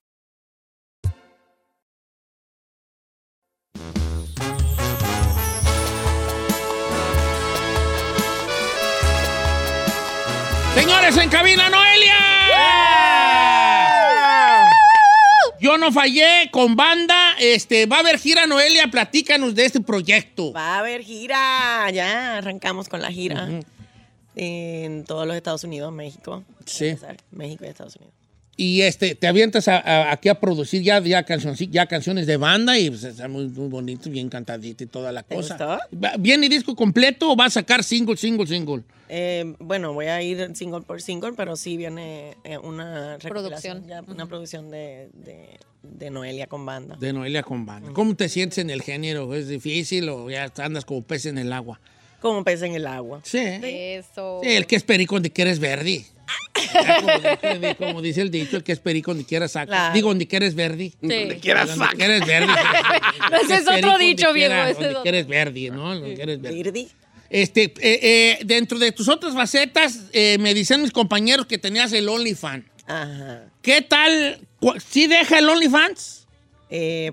[SPEAKER 1] Señores, en cabina, Noelia. Yo no fallé con banda. Este, va a haber gira, Noelia. Platícanos de este proyecto.
[SPEAKER 4] Va a haber gira. Ya arrancamos con la gira. En todos los Estados Unidos, México.
[SPEAKER 1] Sí.
[SPEAKER 4] Empezar, México y Estados Unidos.
[SPEAKER 1] Y este, te avientas a- a- aquí a producir ya, ya, cancionci- ya canciones de banda y pues, está muy, muy bonito, bien cantadito y toda la cosa. Va- ¿Viene disco completo o va a sacar single, single, single?
[SPEAKER 4] Eh, bueno, voy a ir single por single, pero sí viene eh, una producción, una producción de, de- de Noelia con banda.
[SPEAKER 1] De Noelia con banda. ¿Cómo te sientes en el género? ¿Es difícil o ya andas como pez en el agua?
[SPEAKER 4] Como pez en el agua.
[SPEAKER 1] Sí.
[SPEAKER 2] Eso.
[SPEAKER 1] Sí, el que es perico donde quieres verdi. Ya, Como, dice- como dice el dicho, el que es perico donde quiera saca.
[SPEAKER 2] Claro.
[SPEAKER 1] Digo, donde quieres verdi. Donde
[SPEAKER 2] quiera
[SPEAKER 1] Donde
[SPEAKER 2] saca.
[SPEAKER 1] quieres verdi.
[SPEAKER 2] No, ese
[SPEAKER 1] El que
[SPEAKER 2] es otro
[SPEAKER 1] perico donde
[SPEAKER 2] dicho,
[SPEAKER 1] quiera-
[SPEAKER 2] viejo, ese es
[SPEAKER 1] Donde
[SPEAKER 2] otro.
[SPEAKER 1] quieres verdi, ¿no? Donde quieres verdi. Este, eh, eh, dentro de tus otras facetas, eh, me dicen mis compañeros que tenías el OnlyFans.
[SPEAKER 4] Ajá.
[SPEAKER 1] ¿Qué tal? Cu- ¿Sí deja el OnlyFans?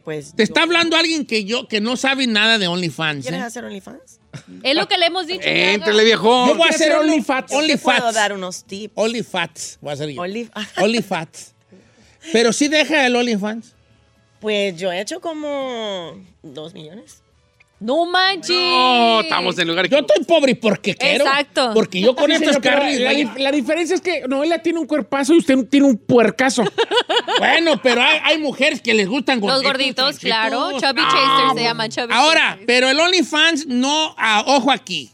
[SPEAKER 4] pues.
[SPEAKER 1] Te está hablando alguien que yo que no sabe nada de OnlyFans.
[SPEAKER 4] ¿Quieres
[SPEAKER 1] ¿eh?
[SPEAKER 4] hacer OnlyFans?
[SPEAKER 2] Es lo que le hemos dicho. que haga.
[SPEAKER 1] Yo voy a hacer OnlyFans.
[SPEAKER 4] Yo te puedo
[SPEAKER 1] OnlyFans.
[SPEAKER 4] dar unos tips.
[SPEAKER 1] OnlyFans. Voy a hacer yo. OnlyFans. Pero sí deja el OnlyFans.
[SPEAKER 4] Pues yo he hecho como dos millones.
[SPEAKER 2] No manches.
[SPEAKER 1] en lugar Yo estoy pobre porque quiero.
[SPEAKER 2] Exacto.
[SPEAKER 1] Porque yo con
[SPEAKER 5] Sí,
[SPEAKER 1] estos
[SPEAKER 5] señor, pero
[SPEAKER 1] carnes...
[SPEAKER 5] La,
[SPEAKER 1] vaya-
[SPEAKER 5] dif- la diferencia es que Noelia tiene un cuerpazo y usted tiene un puercazo.
[SPEAKER 1] Bueno, pero hay, hay mujeres que les gustan Ah,
[SPEAKER 2] Los gorditos, claro. Chubby chasers se llaman, chubby
[SPEAKER 1] Ahora, pero el OnlyFans no, ah, ojo aquí.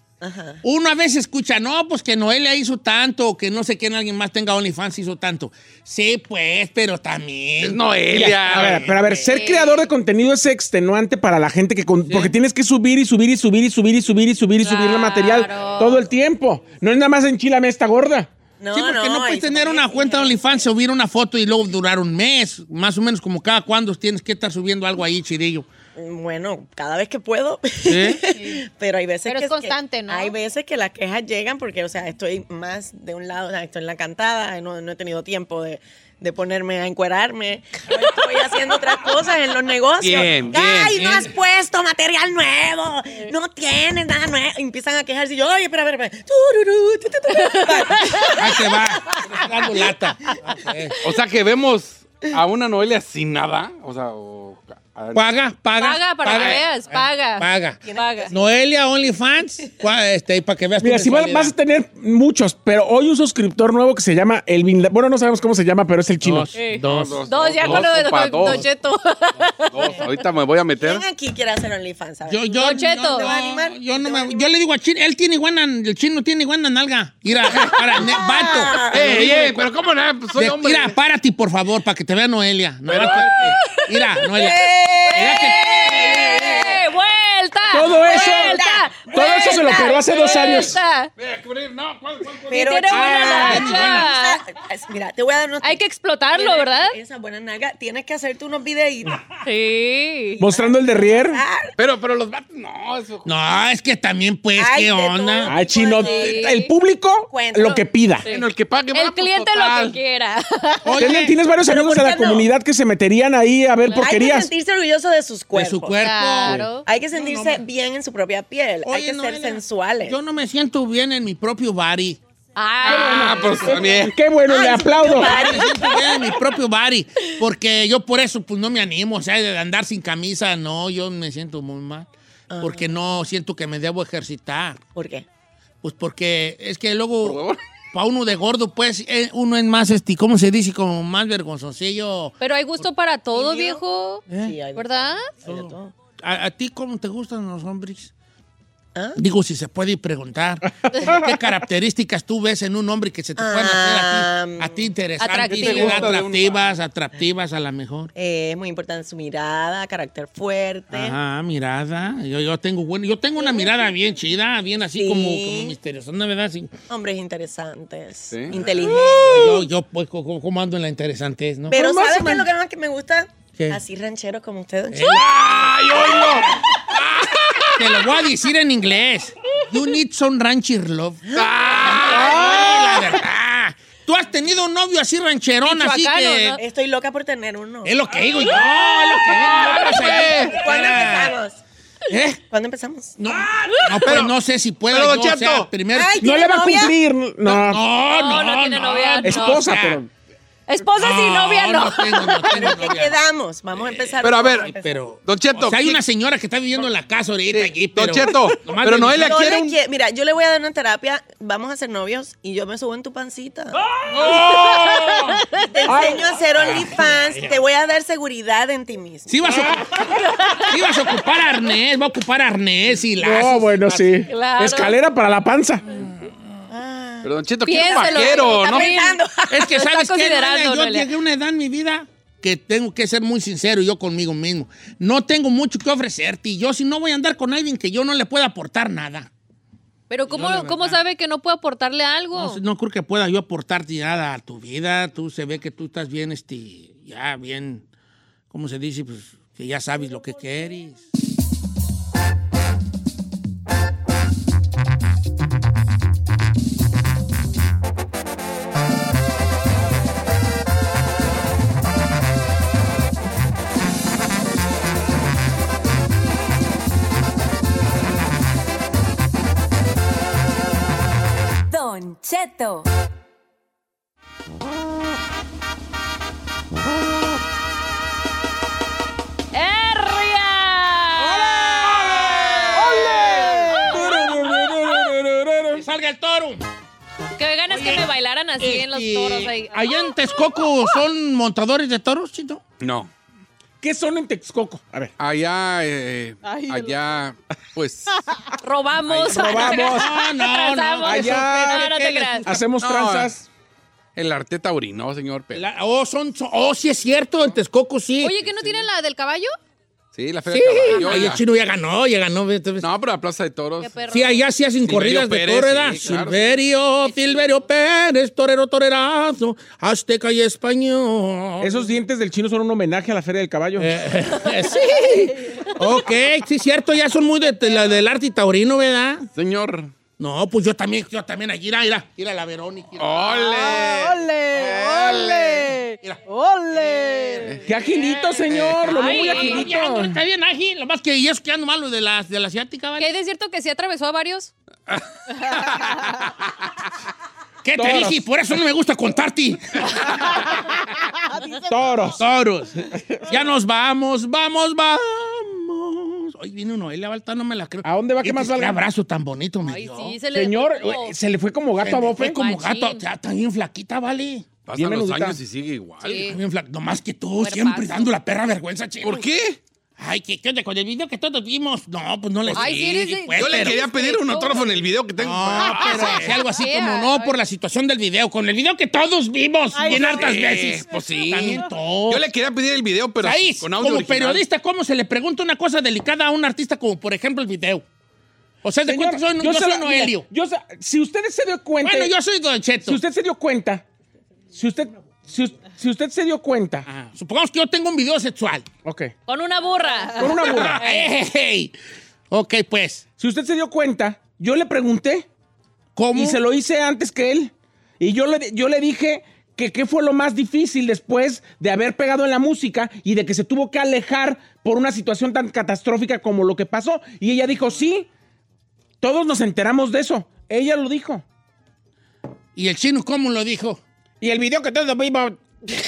[SPEAKER 1] Uno a veces escucha, no, pues que Noelia hizo tanto, o que no sé quién alguien más tenga OnlyFans hizo tanto. Sí, pues, pero también.
[SPEAKER 5] A ver, pero a ver,
[SPEAKER 4] Eh.
[SPEAKER 5] ser creador de contenido es extenuante para la gente que. con- Porque tienes que subir y subir y subir y subir y subir y subir y subir el material todo el tiempo. No es nada más enchilame esta gorda.
[SPEAKER 1] sí, porque no, puedes tener una cuenta de OnlyFans, subir una foto y luego durar un mes. Más o menos como cada cuando tienes que estar subiendo algo ahí, chirillo.
[SPEAKER 4] Bueno, cada vez que puedo.
[SPEAKER 1] ¿Sí?
[SPEAKER 4] Pero hay veces
[SPEAKER 2] Pero
[SPEAKER 4] que
[SPEAKER 2] es constante, ¿no?
[SPEAKER 4] Hay veces que las quejas llegan porque, o sea, estoy más de un lado, o sea, estoy en la cantada, no, no he tenido tiempo de, de ponerme a encuerarme. Ahora Estoy haciendo otras cosas en los negocios.
[SPEAKER 12] Bien, bien,
[SPEAKER 4] ¡Ay,
[SPEAKER 12] bien.
[SPEAKER 4] no has puesto material nuevo! ¡No tienes nada nuevo! Y Empiezan a quejarse. Y yo, oye, espera, espera, espera. Tururú, tu, tu, tu.
[SPEAKER 1] Ahí te va. Dando lata.
[SPEAKER 10] O sea que vemos a una Noelia sin nada. O sea, o- a-
[SPEAKER 1] Paga, paga. Eh,
[SPEAKER 2] Paga para que veas, paga.
[SPEAKER 1] Paga.
[SPEAKER 2] Paga.
[SPEAKER 1] Noelia OnlyFans, cua- este, para que veas tu
[SPEAKER 5] Mira, si va-
[SPEAKER 1] mensualidad.
[SPEAKER 5] vas este a tener muchos, pero hoy un suscriptor nuevo que se llama Elvin. La- Bueno, no sabemos cómo se llama, pero es el chino.
[SPEAKER 10] Dos,
[SPEAKER 2] Sí.
[SPEAKER 10] dos,
[SPEAKER 2] Dos,
[SPEAKER 10] dos,
[SPEAKER 2] ya
[SPEAKER 10] dos,
[SPEAKER 2] con lo de Don,
[SPEAKER 10] compa, dos.
[SPEAKER 2] Don Cheto.
[SPEAKER 10] Ahorita me voy a meter.
[SPEAKER 4] ¿Quién aquí quiere hacer OnlyFans? A ver.
[SPEAKER 1] Yo, yo,
[SPEAKER 4] Don Cheto.
[SPEAKER 1] no,
[SPEAKER 4] ¿Te va a
[SPEAKER 1] no,
[SPEAKER 4] animar?
[SPEAKER 1] yo no me- yo le digo a Chino, él tiene iguana, el chino tiene iguana nalga. Mira, eh, para, ne- vato.
[SPEAKER 3] Ey, ey, pero cómo no, Pues soy
[SPEAKER 1] De-
[SPEAKER 3] hombre.
[SPEAKER 1] Mira, párate, por favor, para que te vea Noelia. No, más que- mira, Noelia.
[SPEAKER 4] ¡Eh!
[SPEAKER 1] Mira que-
[SPEAKER 2] ¡Eh, ¡Vuelta!
[SPEAKER 5] Todo eso-
[SPEAKER 2] ¡Vuelta!
[SPEAKER 5] todo eso se lo
[SPEAKER 2] ¡Vuelta!
[SPEAKER 5] operó hace dos años.
[SPEAKER 2] ¡Vuelta!
[SPEAKER 4] Pero
[SPEAKER 2] Tiene
[SPEAKER 4] chica,
[SPEAKER 2] buena
[SPEAKER 4] ay,
[SPEAKER 2] nalga.
[SPEAKER 4] o sea, Mira, te voy a dar unos
[SPEAKER 2] Hay que explotarlo,
[SPEAKER 4] Mira,
[SPEAKER 2] ¿verdad?
[SPEAKER 4] Esa buena naga, tienes que hacerte unos videitos.
[SPEAKER 2] Sí.
[SPEAKER 5] Mostrando el derrier.
[SPEAKER 4] Ah,
[SPEAKER 10] Pero, pero los vatos, no, eso.
[SPEAKER 1] No, es que también, pues,
[SPEAKER 4] Ay,
[SPEAKER 1] qué
[SPEAKER 4] de
[SPEAKER 1] onda.
[SPEAKER 5] Ay, chino. El público,
[SPEAKER 4] pues Cuento.
[SPEAKER 5] lo que pida.
[SPEAKER 10] Bueno, el que pague va,
[SPEAKER 2] El
[SPEAKER 10] pues,
[SPEAKER 2] cliente
[SPEAKER 10] total.
[SPEAKER 2] lo que quiera.
[SPEAKER 1] Oye,
[SPEAKER 5] Tienes, tienes varios
[SPEAKER 4] pero
[SPEAKER 5] amigos
[SPEAKER 4] ¿por
[SPEAKER 5] de la
[SPEAKER 4] qué no?
[SPEAKER 5] comunidad que se meterían ahí a ver
[SPEAKER 4] Hay que
[SPEAKER 5] porquerías.
[SPEAKER 4] sentirse orgulloso de sus
[SPEAKER 1] de
[SPEAKER 4] cuerpos.
[SPEAKER 1] pues, su cuerpo.
[SPEAKER 2] Claro.
[SPEAKER 4] Hay que sentirse bien en su propia piel. Hay
[SPEAKER 1] Oye,
[SPEAKER 4] que
[SPEAKER 1] Noelia,
[SPEAKER 4] ser sensuales.
[SPEAKER 1] Yo no me siento bien en mi propio body.
[SPEAKER 2] Ah,
[SPEAKER 10] pues también.
[SPEAKER 5] Qué bueno, le
[SPEAKER 4] Ay,
[SPEAKER 5] aplaudo.
[SPEAKER 1] Yo me siento bien en mi propio body. Porque yo por eso pues no me animo. O sea, de andar sin camisa, no, yo me siento muy mal.
[SPEAKER 3] Ah.
[SPEAKER 1] Porque no siento que me debo ejercitar.
[SPEAKER 4] ¿Por qué?
[SPEAKER 1] Pues porque es que luego, para uno de gordo, pues, eh, uno es más, este, ¿cómo se dice? Como más vergonzoncillo.
[SPEAKER 2] Pero hay gusto para todo, viejo.
[SPEAKER 1] ¿eh?
[SPEAKER 4] Sí, hay de
[SPEAKER 2] ¿Verdad?
[SPEAKER 4] todo, hay de todo.
[SPEAKER 1] ¿A, a ti cómo te gustan los hombres?
[SPEAKER 4] ¿Ah?
[SPEAKER 1] Digo, si se puede preguntar. Como, ¿Qué características tú ves en un hombre que se te pueden hacer a ti, a ti interesantes,
[SPEAKER 2] Atractivo.
[SPEAKER 1] atractivas, atractivas, atractivas a lo mejor?
[SPEAKER 4] Eh, es muy importante su mirada, carácter fuerte.
[SPEAKER 1] Ajá, mirada. Yo, yo tengo bueno, yo tengo una mirada bien chida, bien así
[SPEAKER 4] Sí.
[SPEAKER 1] como, como misteriosa, ¿no verdad? Sí.
[SPEAKER 4] Hombres interesantes.
[SPEAKER 10] Sí.
[SPEAKER 4] Inteligentes.
[SPEAKER 1] Yo, yo pues, co- co- como ando en la interesante, ¿no?
[SPEAKER 4] Pero
[SPEAKER 1] Pues, más
[SPEAKER 4] ¿sabes
[SPEAKER 1] o
[SPEAKER 4] qué es lo
[SPEAKER 1] menos.
[SPEAKER 4] que más que me gusta?
[SPEAKER 1] ¿Qué? ¿Eh?
[SPEAKER 4] Así rancheros como ustedes.
[SPEAKER 10] ¡Ay, oílo!
[SPEAKER 1] Te lo voy a decir en inglés. You need some rancher love. Ay, la verdad. Tú has tenido un novio así rancherón, así
[SPEAKER 2] Michoacano,
[SPEAKER 1] que...
[SPEAKER 2] ¿no?
[SPEAKER 4] Estoy loca por tener uno.
[SPEAKER 1] Es lo que digo yo, es lo que digo yo,
[SPEAKER 2] pues,
[SPEAKER 1] no sé.
[SPEAKER 4] ¿Cuándo
[SPEAKER 1] Era-
[SPEAKER 4] empezamos?
[SPEAKER 1] ¿Eh?
[SPEAKER 4] ¿Cuándo empezamos?
[SPEAKER 1] No, no, pues no sé si puedo
[SPEAKER 3] pero,
[SPEAKER 1] yo,
[SPEAKER 3] Don
[SPEAKER 1] o sea,
[SPEAKER 3] Cheto.
[SPEAKER 1] primero...
[SPEAKER 4] Ay,
[SPEAKER 5] No le va a
[SPEAKER 4] ¿Tiene novia?
[SPEAKER 5] cumplir. No.
[SPEAKER 1] no, no,
[SPEAKER 2] No, no tiene novia, no.
[SPEAKER 5] Esposa,
[SPEAKER 1] o sea,
[SPEAKER 5] pero.
[SPEAKER 2] Esposa y novia, no.
[SPEAKER 1] tengo, no tengo
[SPEAKER 4] ¿Qué
[SPEAKER 1] novia.
[SPEAKER 4] quedamos? Vamos a empezar.
[SPEAKER 10] Pero a ver,
[SPEAKER 4] Vamos empezar.
[SPEAKER 1] Pero,
[SPEAKER 10] Don Cheto,
[SPEAKER 1] o sea, hay
[SPEAKER 10] ¿qué-
[SPEAKER 1] una señora que está viviendo en la casa ahorita
[SPEAKER 10] Sí,
[SPEAKER 1] allí,
[SPEAKER 10] Don
[SPEAKER 1] pero...
[SPEAKER 10] Cheto,
[SPEAKER 1] nomás
[SPEAKER 10] pero
[SPEAKER 1] de-
[SPEAKER 10] Noelia
[SPEAKER 4] No
[SPEAKER 10] quiere
[SPEAKER 4] le
[SPEAKER 10] un-
[SPEAKER 4] quie- Mira, yo le voy a dar una terapia, vamos a ser novios y yo me subo en tu pancita. Te enseño a ser OnlyFans, te voy a dar seguridad en ti mismo.
[SPEAKER 1] Sí vas, a, sí vas a ocupar arnés, va a ocupar arnés y la...
[SPEAKER 5] No, bueno, sí.
[SPEAKER 2] Claro.
[SPEAKER 5] Escalera para la panza.
[SPEAKER 10] Pero Don Cheto, quiero un
[SPEAKER 2] Piénselo,
[SPEAKER 10] vaquero,
[SPEAKER 2] está
[SPEAKER 10] ¿no?
[SPEAKER 2] pensando.
[SPEAKER 1] Es que,
[SPEAKER 2] Lo está
[SPEAKER 1] ¿sabes qué?
[SPEAKER 2] considerando,
[SPEAKER 1] Noelia? Yo
[SPEAKER 2] Noelia.
[SPEAKER 1] llegué a una edad en mi vida que tengo que ser muy sincero yo conmigo mismo. No tengo mucho que ofrecerte y yo si no voy a andar con alguien que yo no le pueda aportar nada.
[SPEAKER 2] Pero ¿cómo,
[SPEAKER 1] Yo, la
[SPEAKER 2] ¿cómo
[SPEAKER 1] verdad.
[SPEAKER 2] sabe que no puede aportarle
[SPEAKER 1] No,
[SPEAKER 2] algo?
[SPEAKER 1] sé, no creo que pueda yo aportarte nada a tu vida. Tú se ve que tú estás bien, este, ya bien, ¿cómo se dice? Pues que ya sabes lo que quieres.
[SPEAKER 9] Don Cheto.
[SPEAKER 2] ¡Erria!
[SPEAKER 1] ¡Que salga el toro!
[SPEAKER 2] Que ganas que me bailaran así en los
[SPEAKER 1] Este,
[SPEAKER 2] toros ahí.
[SPEAKER 1] Allá en Texcoco son montadores de toros, chito.
[SPEAKER 3] No.
[SPEAKER 5] ¿Qué son en Texcoco? A ver.
[SPEAKER 3] Allá, eh, allá, pues.
[SPEAKER 2] Robamos.
[SPEAKER 5] Robamos.
[SPEAKER 1] Ah, No, no, no.
[SPEAKER 2] Transamos.
[SPEAKER 5] Allá-
[SPEAKER 2] No, no te creas.
[SPEAKER 5] Hacemos
[SPEAKER 3] No,
[SPEAKER 5] tranzas.
[SPEAKER 3] El arte taurino, señor Pérez.
[SPEAKER 1] La- oh, son, son- oh, sí es cierto, en Texcoco sí.
[SPEAKER 2] Oye, ¿que no tienen la del caballo?
[SPEAKER 3] Sí, la feria
[SPEAKER 1] sí.
[SPEAKER 3] de caballo,
[SPEAKER 1] Ay, el
[SPEAKER 3] ya.
[SPEAKER 1] chino ya ganó, ya ganó. ve, te ves.
[SPEAKER 3] No, pero la plaza de toros.
[SPEAKER 2] Qué perro.
[SPEAKER 1] Sí, allá sí hacen corridas de
[SPEAKER 3] Pérez,
[SPEAKER 1] toro,
[SPEAKER 3] sí,
[SPEAKER 1] ¿verdad?
[SPEAKER 3] claro.
[SPEAKER 1] Silverio, Silverio Pérez, torero, torerazo, azteca y español.
[SPEAKER 5] Esos dientes del chino son un homenaje a la Feria del Caballo.
[SPEAKER 1] Eh, sí. Ok, sí, cierto, ya son muy de, de la- del arte taurino, ¿verdad?
[SPEAKER 3] Señor.
[SPEAKER 1] No, pues
[SPEAKER 5] Ah,
[SPEAKER 1] yo también, yo también allí, mira, mira, mira la Verónica. mira.
[SPEAKER 3] ¡Ole! ¡Ole! ¡Ole!
[SPEAKER 12] ¡Ole! ¡Ole!
[SPEAKER 5] ¡Qué agilito, señor! Lo veo muy
[SPEAKER 1] Ay, ya ando-
[SPEAKER 5] agilito.
[SPEAKER 1] Está bien ágil, lo más que y eso que ando malo de la, de la asiática, ¿vale?
[SPEAKER 2] ¿Qué hay de cierto que sí atravesó a varios?
[SPEAKER 1] ¿Qué te
[SPEAKER 5] Toros.
[SPEAKER 1] dije? Por eso no me gusta contarte. Toros. Toros. Ya nos vamos, vamos, vamos. Hoy viene uno, él la balta, no me la creo. ¿A dónde va
[SPEAKER 5] que más valga?
[SPEAKER 1] Qué abrazo tan bonito me dio.
[SPEAKER 2] Sí, se le
[SPEAKER 5] Señor,
[SPEAKER 2] dejó como-
[SPEAKER 5] eh, se le fue como gato
[SPEAKER 1] Se
[SPEAKER 5] a
[SPEAKER 1] me
[SPEAKER 5] bofe.
[SPEAKER 1] fue como gato, ya está bien flaquita, vale.
[SPEAKER 3] Pasan
[SPEAKER 5] Bien
[SPEAKER 3] los
[SPEAKER 5] menudita.
[SPEAKER 3] años y sigue igual.
[SPEAKER 1] Ay, bien flaca. Nomás que tú siempre dando la perra vergüenza, chico. ¿Por qué? Ay, que que con el video que todos vimos. No, pues no le
[SPEAKER 3] Ay, sí,
[SPEAKER 1] sigue,
[SPEAKER 3] eres de-
[SPEAKER 1] pues,
[SPEAKER 3] Yo le
[SPEAKER 1] pero-
[SPEAKER 3] quería Ah, pedir un autógrafo en el video que tengo.
[SPEAKER 1] No, pero decía algo así como no por la situación del video. Con el video que todos vimos
[SPEAKER 3] Ay,
[SPEAKER 1] bien
[SPEAKER 3] sí.
[SPEAKER 1] hartas
[SPEAKER 3] Sí,
[SPEAKER 1] veces.
[SPEAKER 3] pues sí.
[SPEAKER 1] También todos.
[SPEAKER 3] Yo le quería pedir el video, pero
[SPEAKER 1] Raíz,
[SPEAKER 3] con audio
[SPEAKER 1] como
[SPEAKER 3] original.
[SPEAKER 1] periodista, ¿cómo se le pregunta una cosa delicada a un artista como, por ejemplo, el video? O sea, de
[SPEAKER 5] Señor,
[SPEAKER 1] cuenta, soy,
[SPEAKER 5] yo
[SPEAKER 1] yo
[SPEAKER 5] se
[SPEAKER 1] soy
[SPEAKER 5] la- mire,
[SPEAKER 1] Noelio.
[SPEAKER 5] yo se- si usted se dio cuenta.
[SPEAKER 1] Bueno, yo soy Don Cheto.
[SPEAKER 5] Si usted se dio cuenta. Si usted, si, us- si usted se dio cuenta.
[SPEAKER 1] supongamos que yo tengo un video sexual. Ah,
[SPEAKER 5] Ok.
[SPEAKER 2] Con una burra.
[SPEAKER 5] Con una burra.
[SPEAKER 1] Ey. Ok, pues.
[SPEAKER 5] Si usted se dio cuenta, yo le pregunté.
[SPEAKER 1] ¿Cómo?
[SPEAKER 5] Y se lo hice antes que él. Y yo le, yo le dije que qué fue lo más difícil después de haber pegado en la música y de que se tuvo que alejar por una situación tan catastrófica como lo que pasó. Y ella dijo, sí, todos nos enteramos de eso. Ella lo dijo.
[SPEAKER 1] ¿Y el chino cómo lo dijo?
[SPEAKER 5] Y el video que todos vimos.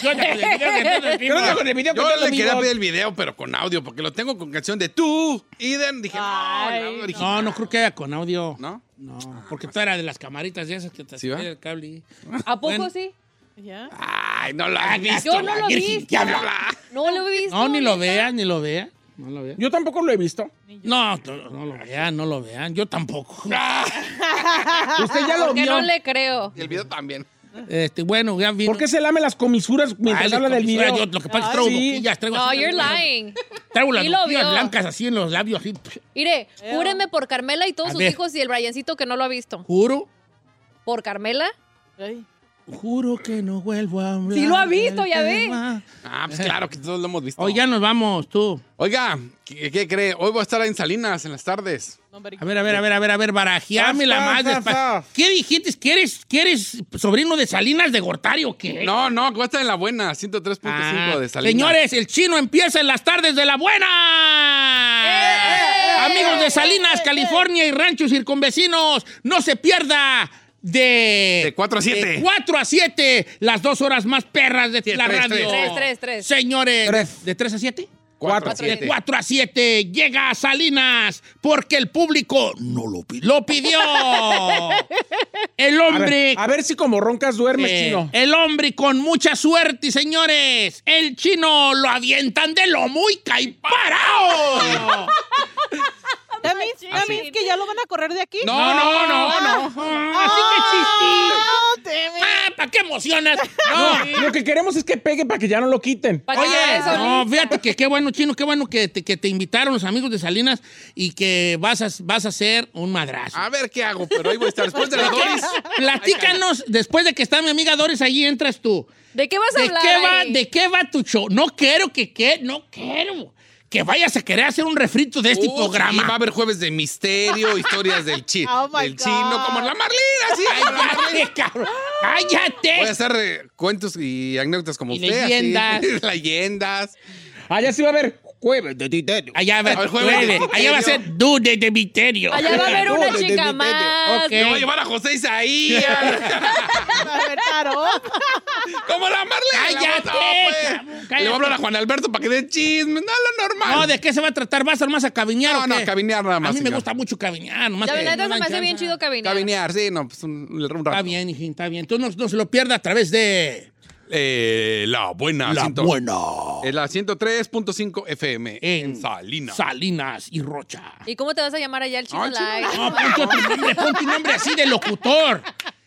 [SPEAKER 1] Yo ando con el video que todos vimos.
[SPEAKER 5] Yo ando con el video que
[SPEAKER 3] Yo
[SPEAKER 5] todos
[SPEAKER 3] le quería
[SPEAKER 5] vimos.
[SPEAKER 3] pedir el video, pero con audio, porque lo tengo con canción de tú, Eden. Dije, no, el audio original.
[SPEAKER 1] No, no creo que era con audio. ¿No? No,
[SPEAKER 5] Ah, pues.
[SPEAKER 1] porque tú era de las camaritas de esas que te
[SPEAKER 3] ¿Sí va?
[SPEAKER 1] hacía el cable.
[SPEAKER 2] ¿A poco
[SPEAKER 1] Bueno.
[SPEAKER 2] sí?
[SPEAKER 3] Ay, no lo has visto.
[SPEAKER 2] Yo no
[SPEAKER 3] la
[SPEAKER 2] lo
[SPEAKER 3] Virgen,
[SPEAKER 2] vi.
[SPEAKER 3] ¿qué habla?
[SPEAKER 2] No lo he visto.
[SPEAKER 1] No, ni lo vean, ni lo vean. No lo vean.
[SPEAKER 5] Yo tampoco lo he visto.
[SPEAKER 1] No, no, no lo vean, no lo vean. Yo tampoco.
[SPEAKER 5] Ah. Usted ya lo
[SPEAKER 2] Porque
[SPEAKER 5] vio.
[SPEAKER 2] no le creo.
[SPEAKER 3] Y el video también.
[SPEAKER 1] Este, bueno, ya vino.
[SPEAKER 5] ¿Por qué se lame las comisuras mientras
[SPEAKER 1] Ay,
[SPEAKER 5] habla del
[SPEAKER 1] comisura,
[SPEAKER 5] video? Ah,
[SPEAKER 1] Ah, yo lo que pasa es que traigo
[SPEAKER 5] Sí.
[SPEAKER 1] boquillas, traigo
[SPEAKER 2] No,
[SPEAKER 1] así,
[SPEAKER 2] you're
[SPEAKER 1] traigo-
[SPEAKER 2] lying.
[SPEAKER 1] Traigo las
[SPEAKER 2] Sí lo
[SPEAKER 1] boquillas
[SPEAKER 2] vio.
[SPEAKER 1] blancas así en los labios, así.
[SPEAKER 2] Mire, júreme por Carmela y todos
[SPEAKER 1] A
[SPEAKER 2] sus
[SPEAKER 1] ver.
[SPEAKER 2] hijos y el Briancito que no lo ha visto.
[SPEAKER 1] Juro,
[SPEAKER 2] ¿Por Carmela?
[SPEAKER 1] juro que no vuelvo a hablar.
[SPEAKER 2] Sí lo ha visto,
[SPEAKER 1] del
[SPEAKER 2] ya ve.
[SPEAKER 1] tema.
[SPEAKER 3] Ah, pues claro que todos lo hemos visto.
[SPEAKER 1] Hoy ya nos vamos, tú.
[SPEAKER 3] Oiga, ¿qué, qué cree? Hoy voy a estar en Salinas en las tardes.
[SPEAKER 1] A ver, a ver, a ver, a ver, a ver, barajeame la
[SPEAKER 3] Zas,
[SPEAKER 1] más
[SPEAKER 3] zas,
[SPEAKER 1] despacio. ¿Qué dijiste? ¿Que eres, que eres sobrino de Salinas de Gortari o qué?
[SPEAKER 3] No, no, voy a estar en La Buena, 103.5
[SPEAKER 1] Ah,
[SPEAKER 3] de Salinas.
[SPEAKER 1] Señores, el chino empieza en las tardes de la buena. Amigos de Salinas, California y ranchos circunvecinos, no se pierda de...
[SPEAKER 3] De 4 a 7.
[SPEAKER 1] de 4 a 7, las dos horas más perras de la
[SPEAKER 3] tres,
[SPEAKER 1] radio.
[SPEAKER 3] tres.
[SPEAKER 2] Tres, tres, tres.
[SPEAKER 1] Señores, ¿de 3 a 7?
[SPEAKER 3] Cuatro a
[SPEAKER 1] De
[SPEAKER 3] siete.
[SPEAKER 1] 4 a 7 llega a Salinas porque el público no lo, pi- lo pidió. El
[SPEAKER 5] A
[SPEAKER 1] hombre
[SPEAKER 5] ver, a ver si como roncas duermes,
[SPEAKER 1] eh,
[SPEAKER 5] chino.
[SPEAKER 1] El hombre con mucha suerte, señores. El chino lo avientan de lomo y cae parado.
[SPEAKER 12] ¿That means, that means que ya lo van a correr de aquí?
[SPEAKER 1] No, no, no, no. Así que chistí.
[SPEAKER 12] Oh, damn it.
[SPEAKER 1] Ah, ¿para qué emocionas? No.
[SPEAKER 5] No, lo que queremos es que pegue para que ya no lo quiten.
[SPEAKER 2] Pa' que
[SPEAKER 1] Oye,
[SPEAKER 2] eso,
[SPEAKER 1] no, fíjate que qué bueno, chino, qué bueno que te, que te invitaron los amigos de Salinas y que vas a, vas a hacer un madrazo.
[SPEAKER 3] A ver qué hago, pero ahí voy a estar después de las Doris.
[SPEAKER 1] Platícanos, después de que está mi amiga Doris, allí entras tú.
[SPEAKER 2] ¿De qué vas a
[SPEAKER 1] ¿De
[SPEAKER 2] hablar? eh.
[SPEAKER 1] qué, va,
[SPEAKER 2] ahí?
[SPEAKER 1] ¿De qué va tu show? No quiero que, que no quiero que vayas a querer hacer un refrito de este
[SPEAKER 3] Uh,
[SPEAKER 1] programa.
[SPEAKER 3] sí, va a haber jueves de misterio, historias del, chi
[SPEAKER 12] Oh, my
[SPEAKER 3] del chino,
[SPEAKER 12] God.
[SPEAKER 3] como la Marlina, sí. como la Marlina.
[SPEAKER 1] ¡Cállate, cabrón! ¡Cállate!
[SPEAKER 3] Voy a hacer eh, cuentos y anécdotas como
[SPEAKER 1] Y
[SPEAKER 3] usted. así.
[SPEAKER 1] leyendas.
[SPEAKER 3] leyendas.
[SPEAKER 5] Allá sí va a haber jueves de titerio.
[SPEAKER 1] Allá va a
[SPEAKER 3] Al
[SPEAKER 1] ser
[SPEAKER 3] jueves de
[SPEAKER 1] jueves, allá va a ser dude de misterio.
[SPEAKER 2] Allá va a haber
[SPEAKER 5] No,
[SPEAKER 2] una
[SPEAKER 5] de- de- de-
[SPEAKER 2] chica
[SPEAKER 5] de-
[SPEAKER 2] más.
[SPEAKER 1] Ok.
[SPEAKER 3] Me voy a llevar a José Isaías.
[SPEAKER 12] Va a haber tarot.
[SPEAKER 3] como la Marlena.
[SPEAKER 1] ¡Cállate,
[SPEAKER 3] No,
[SPEAKER 1] cabrón,
[SPEAKER 3] pues.
[SPEAKER 1] cállate!
[SPEAKER 3] Le voy a hablar a Juan Alberto para que dé chismes. No, lo normal.
[SPEAKER 1] No, ¿de qué se va a tratar? ¿Vas a más a cabinear
[SPEAKER 3] No,
[SPEAKER 1] o
[SPEAKER 3] no,
[SPEAKER 1] qué?
[SPEAKER 3] cabinear nada
[SPEAKER 1] A
[SPEAKER 3] más,
[SPEAKER 1] mí me
[SPEAKER 3] señor.
[SPEAKER 1] gusta mucho cabinear. Nomás
[SPEAKER 2] La
[SPEAKER 1] que
[SPEAKER 2] verdad
[SPEAKER 1] no
[SPEAKER 2] se me hace
[SPEAKER 1] dan
[SPEAKER 2] bien
[SPEAKER 1] chance.
[SPEAKER 2] chido cabinear.
[SPEAKER 3] Cabinear, sí, no, pues un, un rato.
[SPEAKER 1] Está bien, hijín, está bien. Tú no, no se lo pierdas a través de...
[SPEAKER 3] Eh, la buena.
[SPEAKER 1] La
[SPEAKER 3] ciento-
[SPEAKER 1] buena.
[SPEAKER 3] eh, la 103.5 FM en,
[SPEAKER 1] En
[SPEAKER 3] Salinas.
[SPEAKER 1] Salinas y Rocha.
[SPEAKER 2] ¿Y cómo te vas a llamar allá el chino
[SPEAKER 3] Ah, chino
[SPEAKER 2] Live?
[SPEAKER 1] No, ponte otro nombre, ponte un nombre así de locutor.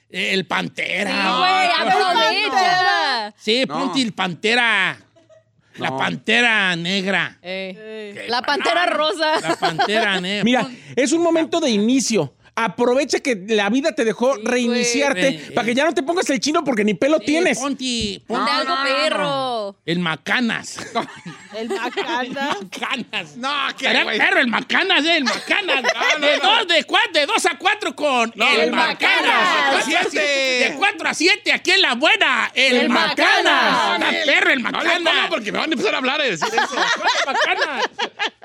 [SPEAKER 1] Eh, El Pantera.
[SPEAKER 2] Sí, güey, aprovecha.
[SPEAKER 1] Sí,
[SPEAKER 3] No.
[SPEAKER 1] ponte el Pantera. La
[SPEAKER 3] No.
[SPEAKER 1] Pantera Negra.
[SPEAKER 2] Eh,
[SPEAKER 1] Qué
[SPEAKER 2] La pantera rosa.
[SPEAKER 1] La Pantera Negra.
[SPEAKER 5] Mira, es un momento de inicio. Aprovecha que la vida te dejó reiniciarte
[SPEAKER 1] güey.
[SPEAKER 5] para que ya no te pongas el chino porque ni pelo
[SPEAKER 1] Sí,
[SPEAKER 5] tienes.
[SPEAKER 1] Ponte,
[SPEAKER 2] Ponte
[SPEAKER 1] ponte
[SPEAKER 2] algo perro.
[SPEAKER 1] el Macanas.
[SPEAKER 12] El Macanas.
[SPEAKER 1] Macanas.
[SPEAKER 12] No,
[SPEAKER 1] qué Era güey. perro el Macanas, eh, el Macanas. de, Dos, de, cua- de dos a cuatro con el,
[SPEAKER 3] el
[SPEAKER 1] Macanas.
[SPEAKER 3] Macanas.
[SPEAKER 1] De cuatro a siete. De cuatro a siete, aquí en La Buena, el,
[SPEAKER 3] El
[SPEAKER 1] Macanas.
[SPEAKER 3] Macanas.
[SPEAKER 1] Está perro el
[SPEAKER 3] No le
[SPEAKER 1] Macanas.
[SPEAKER 3] ponga porque me van a empezar a hablar y decir eso.
[SPEAKER 1] Macanas.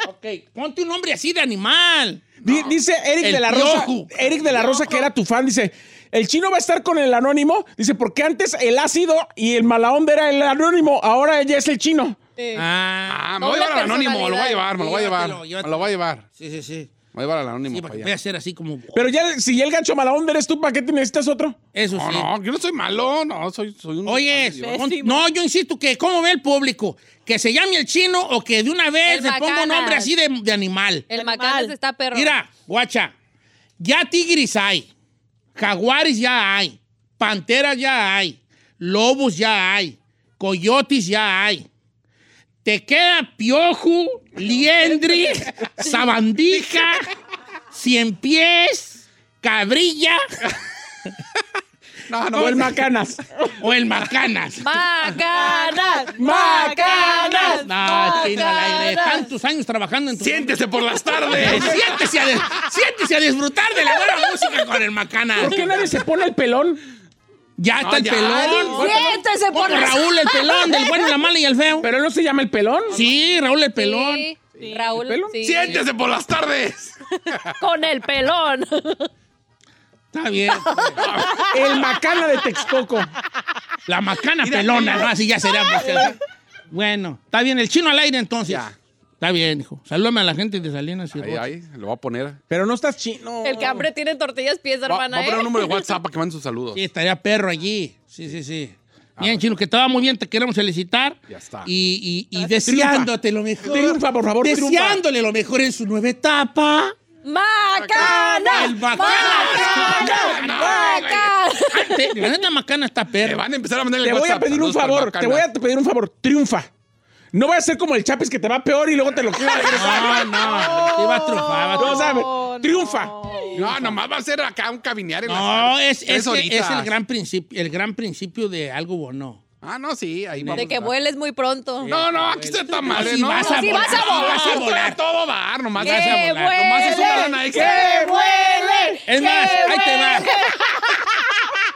[SPEAKER 1] Ok, ponte un nombre así de animal.
[SPEAKER 5] Di- Dice Eric
[SPEAKER 1] El
[SPEAKER 5] de la Rosa.
[SPEAKER 1] piojo.
[SPEAKER 8] Eh.
[SPEAKER 5] Eric de la Rosa, que era tu fan, dice: El chino va a estar con el anónimo. Dice, porque antes el ácido y el mala onda era el anónimo, ahora ya es el chino.
[SPEAKER 1] Ah,
[SPEAKER 3] Ah, me voy a llevar al anónimo, me lo voy a llevar, me lo voy a llevar.
[SPEAKER 1] Llévatelo,
[SPEAKER 3] Me lo voy a llevar.
[SPEAKER 1] Sí, sí, sí.
[SPEAKER 3] Me voy a llevar al anónimo.
[SPEAKER 1] Sí,
[SPEAKER 3] para
[SPEAKER 1] porque
[SPEAKER 3] allá.
[SPEAKER 1] voy a hacer así como.
[SPEAKER 5] Pero ya, si ya el gancho mala onda eres tú, ¿para qué te necesitas otro?
[SPEAKER 1] Eso
[SPEAKER 3] No,
[SPEAKER 1] sí.
[SPEAKER 3] no, yo no soy malo, no, soy, soy un.
[SPEAKER 1] Oye,
[SPEAKER 2] Ah,
[SPEAKER 3] Dios.
[SPEAKER 1] pon- no, yo insisto que cómo ve el público, que se llame el chino o que de una vez
[SPEAKER 2] El
[SPEAKER 1] se ponga un
[SPEAKER 2] Macanas.
[SPEAKER 1] nombre así de, de animal.
[SPEAKER 2] El Macanas está perro.
[SPEAKER 1] Mira, guacha, ya tigris hay, jaguares ya hay, panteras ya hay, lobos ya hay, coyotes ya hay. Te queda piojo, liendri, sabandija, cien pies, cabrilla.
[SPEAKER 3] No,
[SPEAKER 5] o el macanas.
[SPEAKER 1] O el macanas.
[SPEAKER 2] ¡Macanas!
[SPEAKER 1] ¡Macanas!
[SPEAKER 2] ¡Macanas!
[SPEAKER 1] No, chino, al aire.
[SPEAKER 2] ¡Macanas!
[SPEAKER 1] Tantos años trabajando en tu...
[SPEAKER 3] Siéntese por las
[SPEAKER 1] Eh,
[SPEAKER 3] tardes.
[SPEAKER 1] Siéntese a, de- siéntese a disfrutar de la buena música con el macanas.
[SPEAKER 5] ¿Por qué nadie se pone el pelón?
[SPEAKER 1] Ya está
[SPEAKER 5] No,
[SPEAKER 1] el
[SPEAKER 5] ya.
[SPEAKER 1] pelón.
[SPEAKER 2] Siéntese por
[SPEAKER 1] Como
[SPEAKER 2] las-
[SPEAKER 1] Raúl el pelón, del bueno, la mala y el feo.
[SPEAKER 5] Pero él no se llama el pelón.
[SPEAKER 1] Sí, Raúl el pelón.
[SPEAKER 2] Sí, Raúl. sí.
[SPEAKER 3] Siéntese por las tardes.
[SPEAKER 2] Con el pelón.
[SPEAKER 1] Está bien.
[SPEAKER 5] El macana de Texcoco.
[SPEAKER 1] La macana
[SPEAKER 3] Mira,
[SPEAKER 1] pelona,
[SPEAKER 3] mira.
[SPEAKER 1] ¿no? Así ya será. pues, ya. Bueno, está bien. El chino al aire, entonces. Está bien, hijo. Salúdame a la gente de Salinas y
[SPEAKER 3] Ahí,
[SPEAKER 1] Rocha.
[SPEAKER 3] ahí, lo voy a poner.
[SPEAKER 5] Pero no estás chino.
[SPEAKER 2] El que hambre tiene tortillas pies,
[SPEAKER 3] Va- Voy a
[SPEAKER 2] hermana,
[SPEAKER 3] poner un
[SPEAKER 2] ¿eh?
[SPEAKER 3] número de WhatsApp para que manden sus saludos.
[SPEAKER 1] Sí, estaría perro allí. Sí, sí, sí. Bien, chino, que estaba muy bien, te queremos felicitar.
[SPEAKER 3] Ya está.
[SPEAKER 1] Y, y, y deseándote lo mejor.
[SPEAKER 5] Triunfa, por favor, triunfa.
[SPEAKER 1] Deseándole lo mejor en su nueva etapa.
[SPEAKER 2] ¡Macanas!
[SPEAKER 1] El bacana.
[SPEAKER 2] ¡Macanas!
[SPEAKER 1] Antes, La neta macana está
[SPEAKER 3] Te
[SPEAKER 1] perro.
[SPEAKER 3] van a empezar a mandar el
[SPEAKER 5] Te voy a
[SPEAKER 3] WhatsApp.
[SPEAKER 5] pedir un
[SPEAKER 3] Saludos para el
[SPEAKER 5] favor, te
[SPEAKER 3] Macanas.
[SPEAKER 5] voy a pedir un favor, triunfa. No va a ser como el Chapis que te va peor y luego te lo quiere
[SPEAKER 1] No,
[SPEAKER 5] regresar.
[SPEAKER 1] no. Te va a trufar, va a
[SPEAKER 5] No
[SPEAKER 1] trufar.
[SPEAKER 5] sabes, triunfa.
[SPEAKER 3] No, nomás va a ser acá un cabinear en la
[SPEAKER 1] No,
[SPEAKER 3] tarde.
[SPEAKER 1] es, es,
[SPEAKER 3] Tres
[SPEAKER 1] que es
[SPEAKER 3] horitas.
[SPEAKER 1] el, gran principio, el gran principio de algo bueno.
[SPEAKER 3] Ah, no, sí, ahí vamos.
[SPEAKER 2] De que
[SPEAKER 3] a estar.
[SPEAKER 2] vueles muy pronto.
[SPEAKER 3] No, no, aquí está esta madre,
[SPEAKER 1] Así
[SPEAKER 3] no.
[SPEAKER 1] vas a
[SPEAKER 3] Así
[SPEAKER 1] volar,
[SPEAKER 3] vas a
[SPEAKER 1] así
[SPEAKER 3] volar.
[SPEAKER 1] vas a
[SPEAKER 3] Estoy
[SPEAKER 1] volar.
[SPEAKER 3] a todo dar, nomás.
[SPEAKER 2] ¡Que
[SPEAKER 3] vas a volar. Nomás es una
[SPEAKER 2] vuele!
[SPEAKER 3] lana extra.
[SPEAKER 2] huele!
[SPEAKER 1] Es más, ahí te va.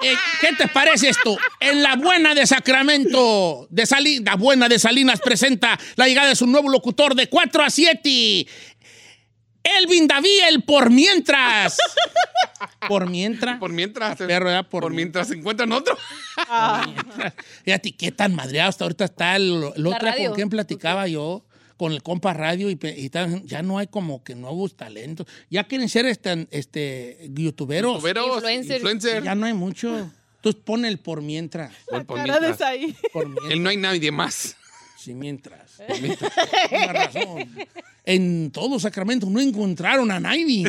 [SPEAKER 1] Eh, ¿Qué te parece esto? En la buena de Sacramento, de Sali- la buena de Salinas presenta la llegada de su nuevo locutor de 4 a 7. Elvin David, el por mientras. Por mientras.
[SPEAKER 3] Por mientras.
[SPEAKER 1] Perro, ¿verdad? Por,
[SPEAKER 3] Por mientras se encuentran otro.
[SPEAKER 1] Fíjate qué tan madreado hasta ahorita está el, el
[SPEAKER 2] La
[SPEAKER 1] otro
[SPEAKER 2] radio.
[SPEAKER 1] con quien platicaba yo con el compa radio y, pe- y tan- ya no hay como que nuevos talentos. Ya quieren ser este, este youtuberos.
[SPEAKER 3] Tuberos,
[SPEAKER 2] Influencer.
[SPEAKER 3] influencer.
[SPEAKER 1] Ya no hay mucho. Tú pon el por mientras.
[SPEAKER 3] Por- por
[SPEAKER 12] Cara de
[SPEAKER 3] mientras.
[SPEAKER 12] Saí.
[SPEAKER 1] Por mientras.
[SPEAKER 3] Él no hay nadie más.
[SPEAKER 1] Sí, mientras. por mientras. Una razón. En todo Sacramento no encontraron a nadie.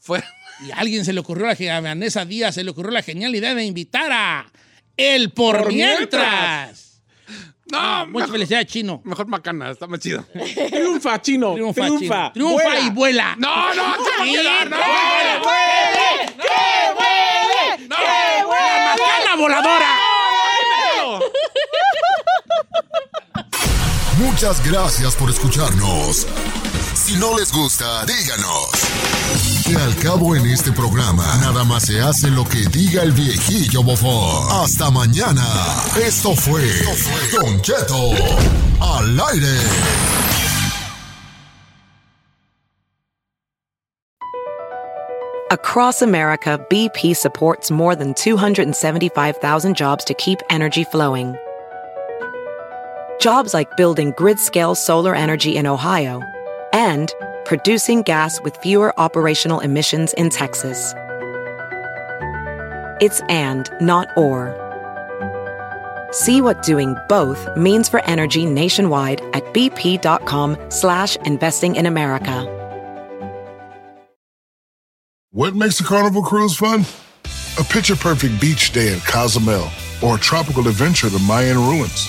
[SPEAKER 3] Fue.
[SPEAKER 1] Y a alguien se le ocurrió, la ge- a Vanessa Díaz, se le ocurrió la genial idea de invitar a el por,
[SPEAKER 3] Por
[SPEAKER 1] mientras.
[SPEAKER 3] mientras.
[SPEAKER 1] Mucha
[SPEAKER 3] No, mejor,
[SPEAKER 1] felicidad, chino.
[SPEAKER 3] mejor macana, está más chido.
[SPEAKER 5] Triunfa, chino. Triunfa, triunfa.
[SPEAKER 1] Triunfa, chino. Triunfa y vuela.
[SPEAKER 3] No, no, se va a quedar, no. No,
[SPEAKER 1] ¡La macana voladora!
[SPEAKER 3] no.
[SPEAKER 13] Muchas gracias por escucharnos. Si no les gusta, díganos. Que al cabo en este programa, nada más se hace lo que diga el viejillo bofón. Hasta mañana. Esto fue Don Cheto al aire.
[SPEAKER 14] Across America, BP supports more than 275,000 jobs to keep energy flowing. Jobs like building grid scale solar energy in Ohio and producing gas with fewer operational emissions in Texas. It's and, not or. See what doing both means for energy nationwide at bp.com slash investing in America.
[SPEAKER 11] What makes a carnival cruise fun? A picture perfect beach day in Cozumel or a tropical adventure to Mayan ruins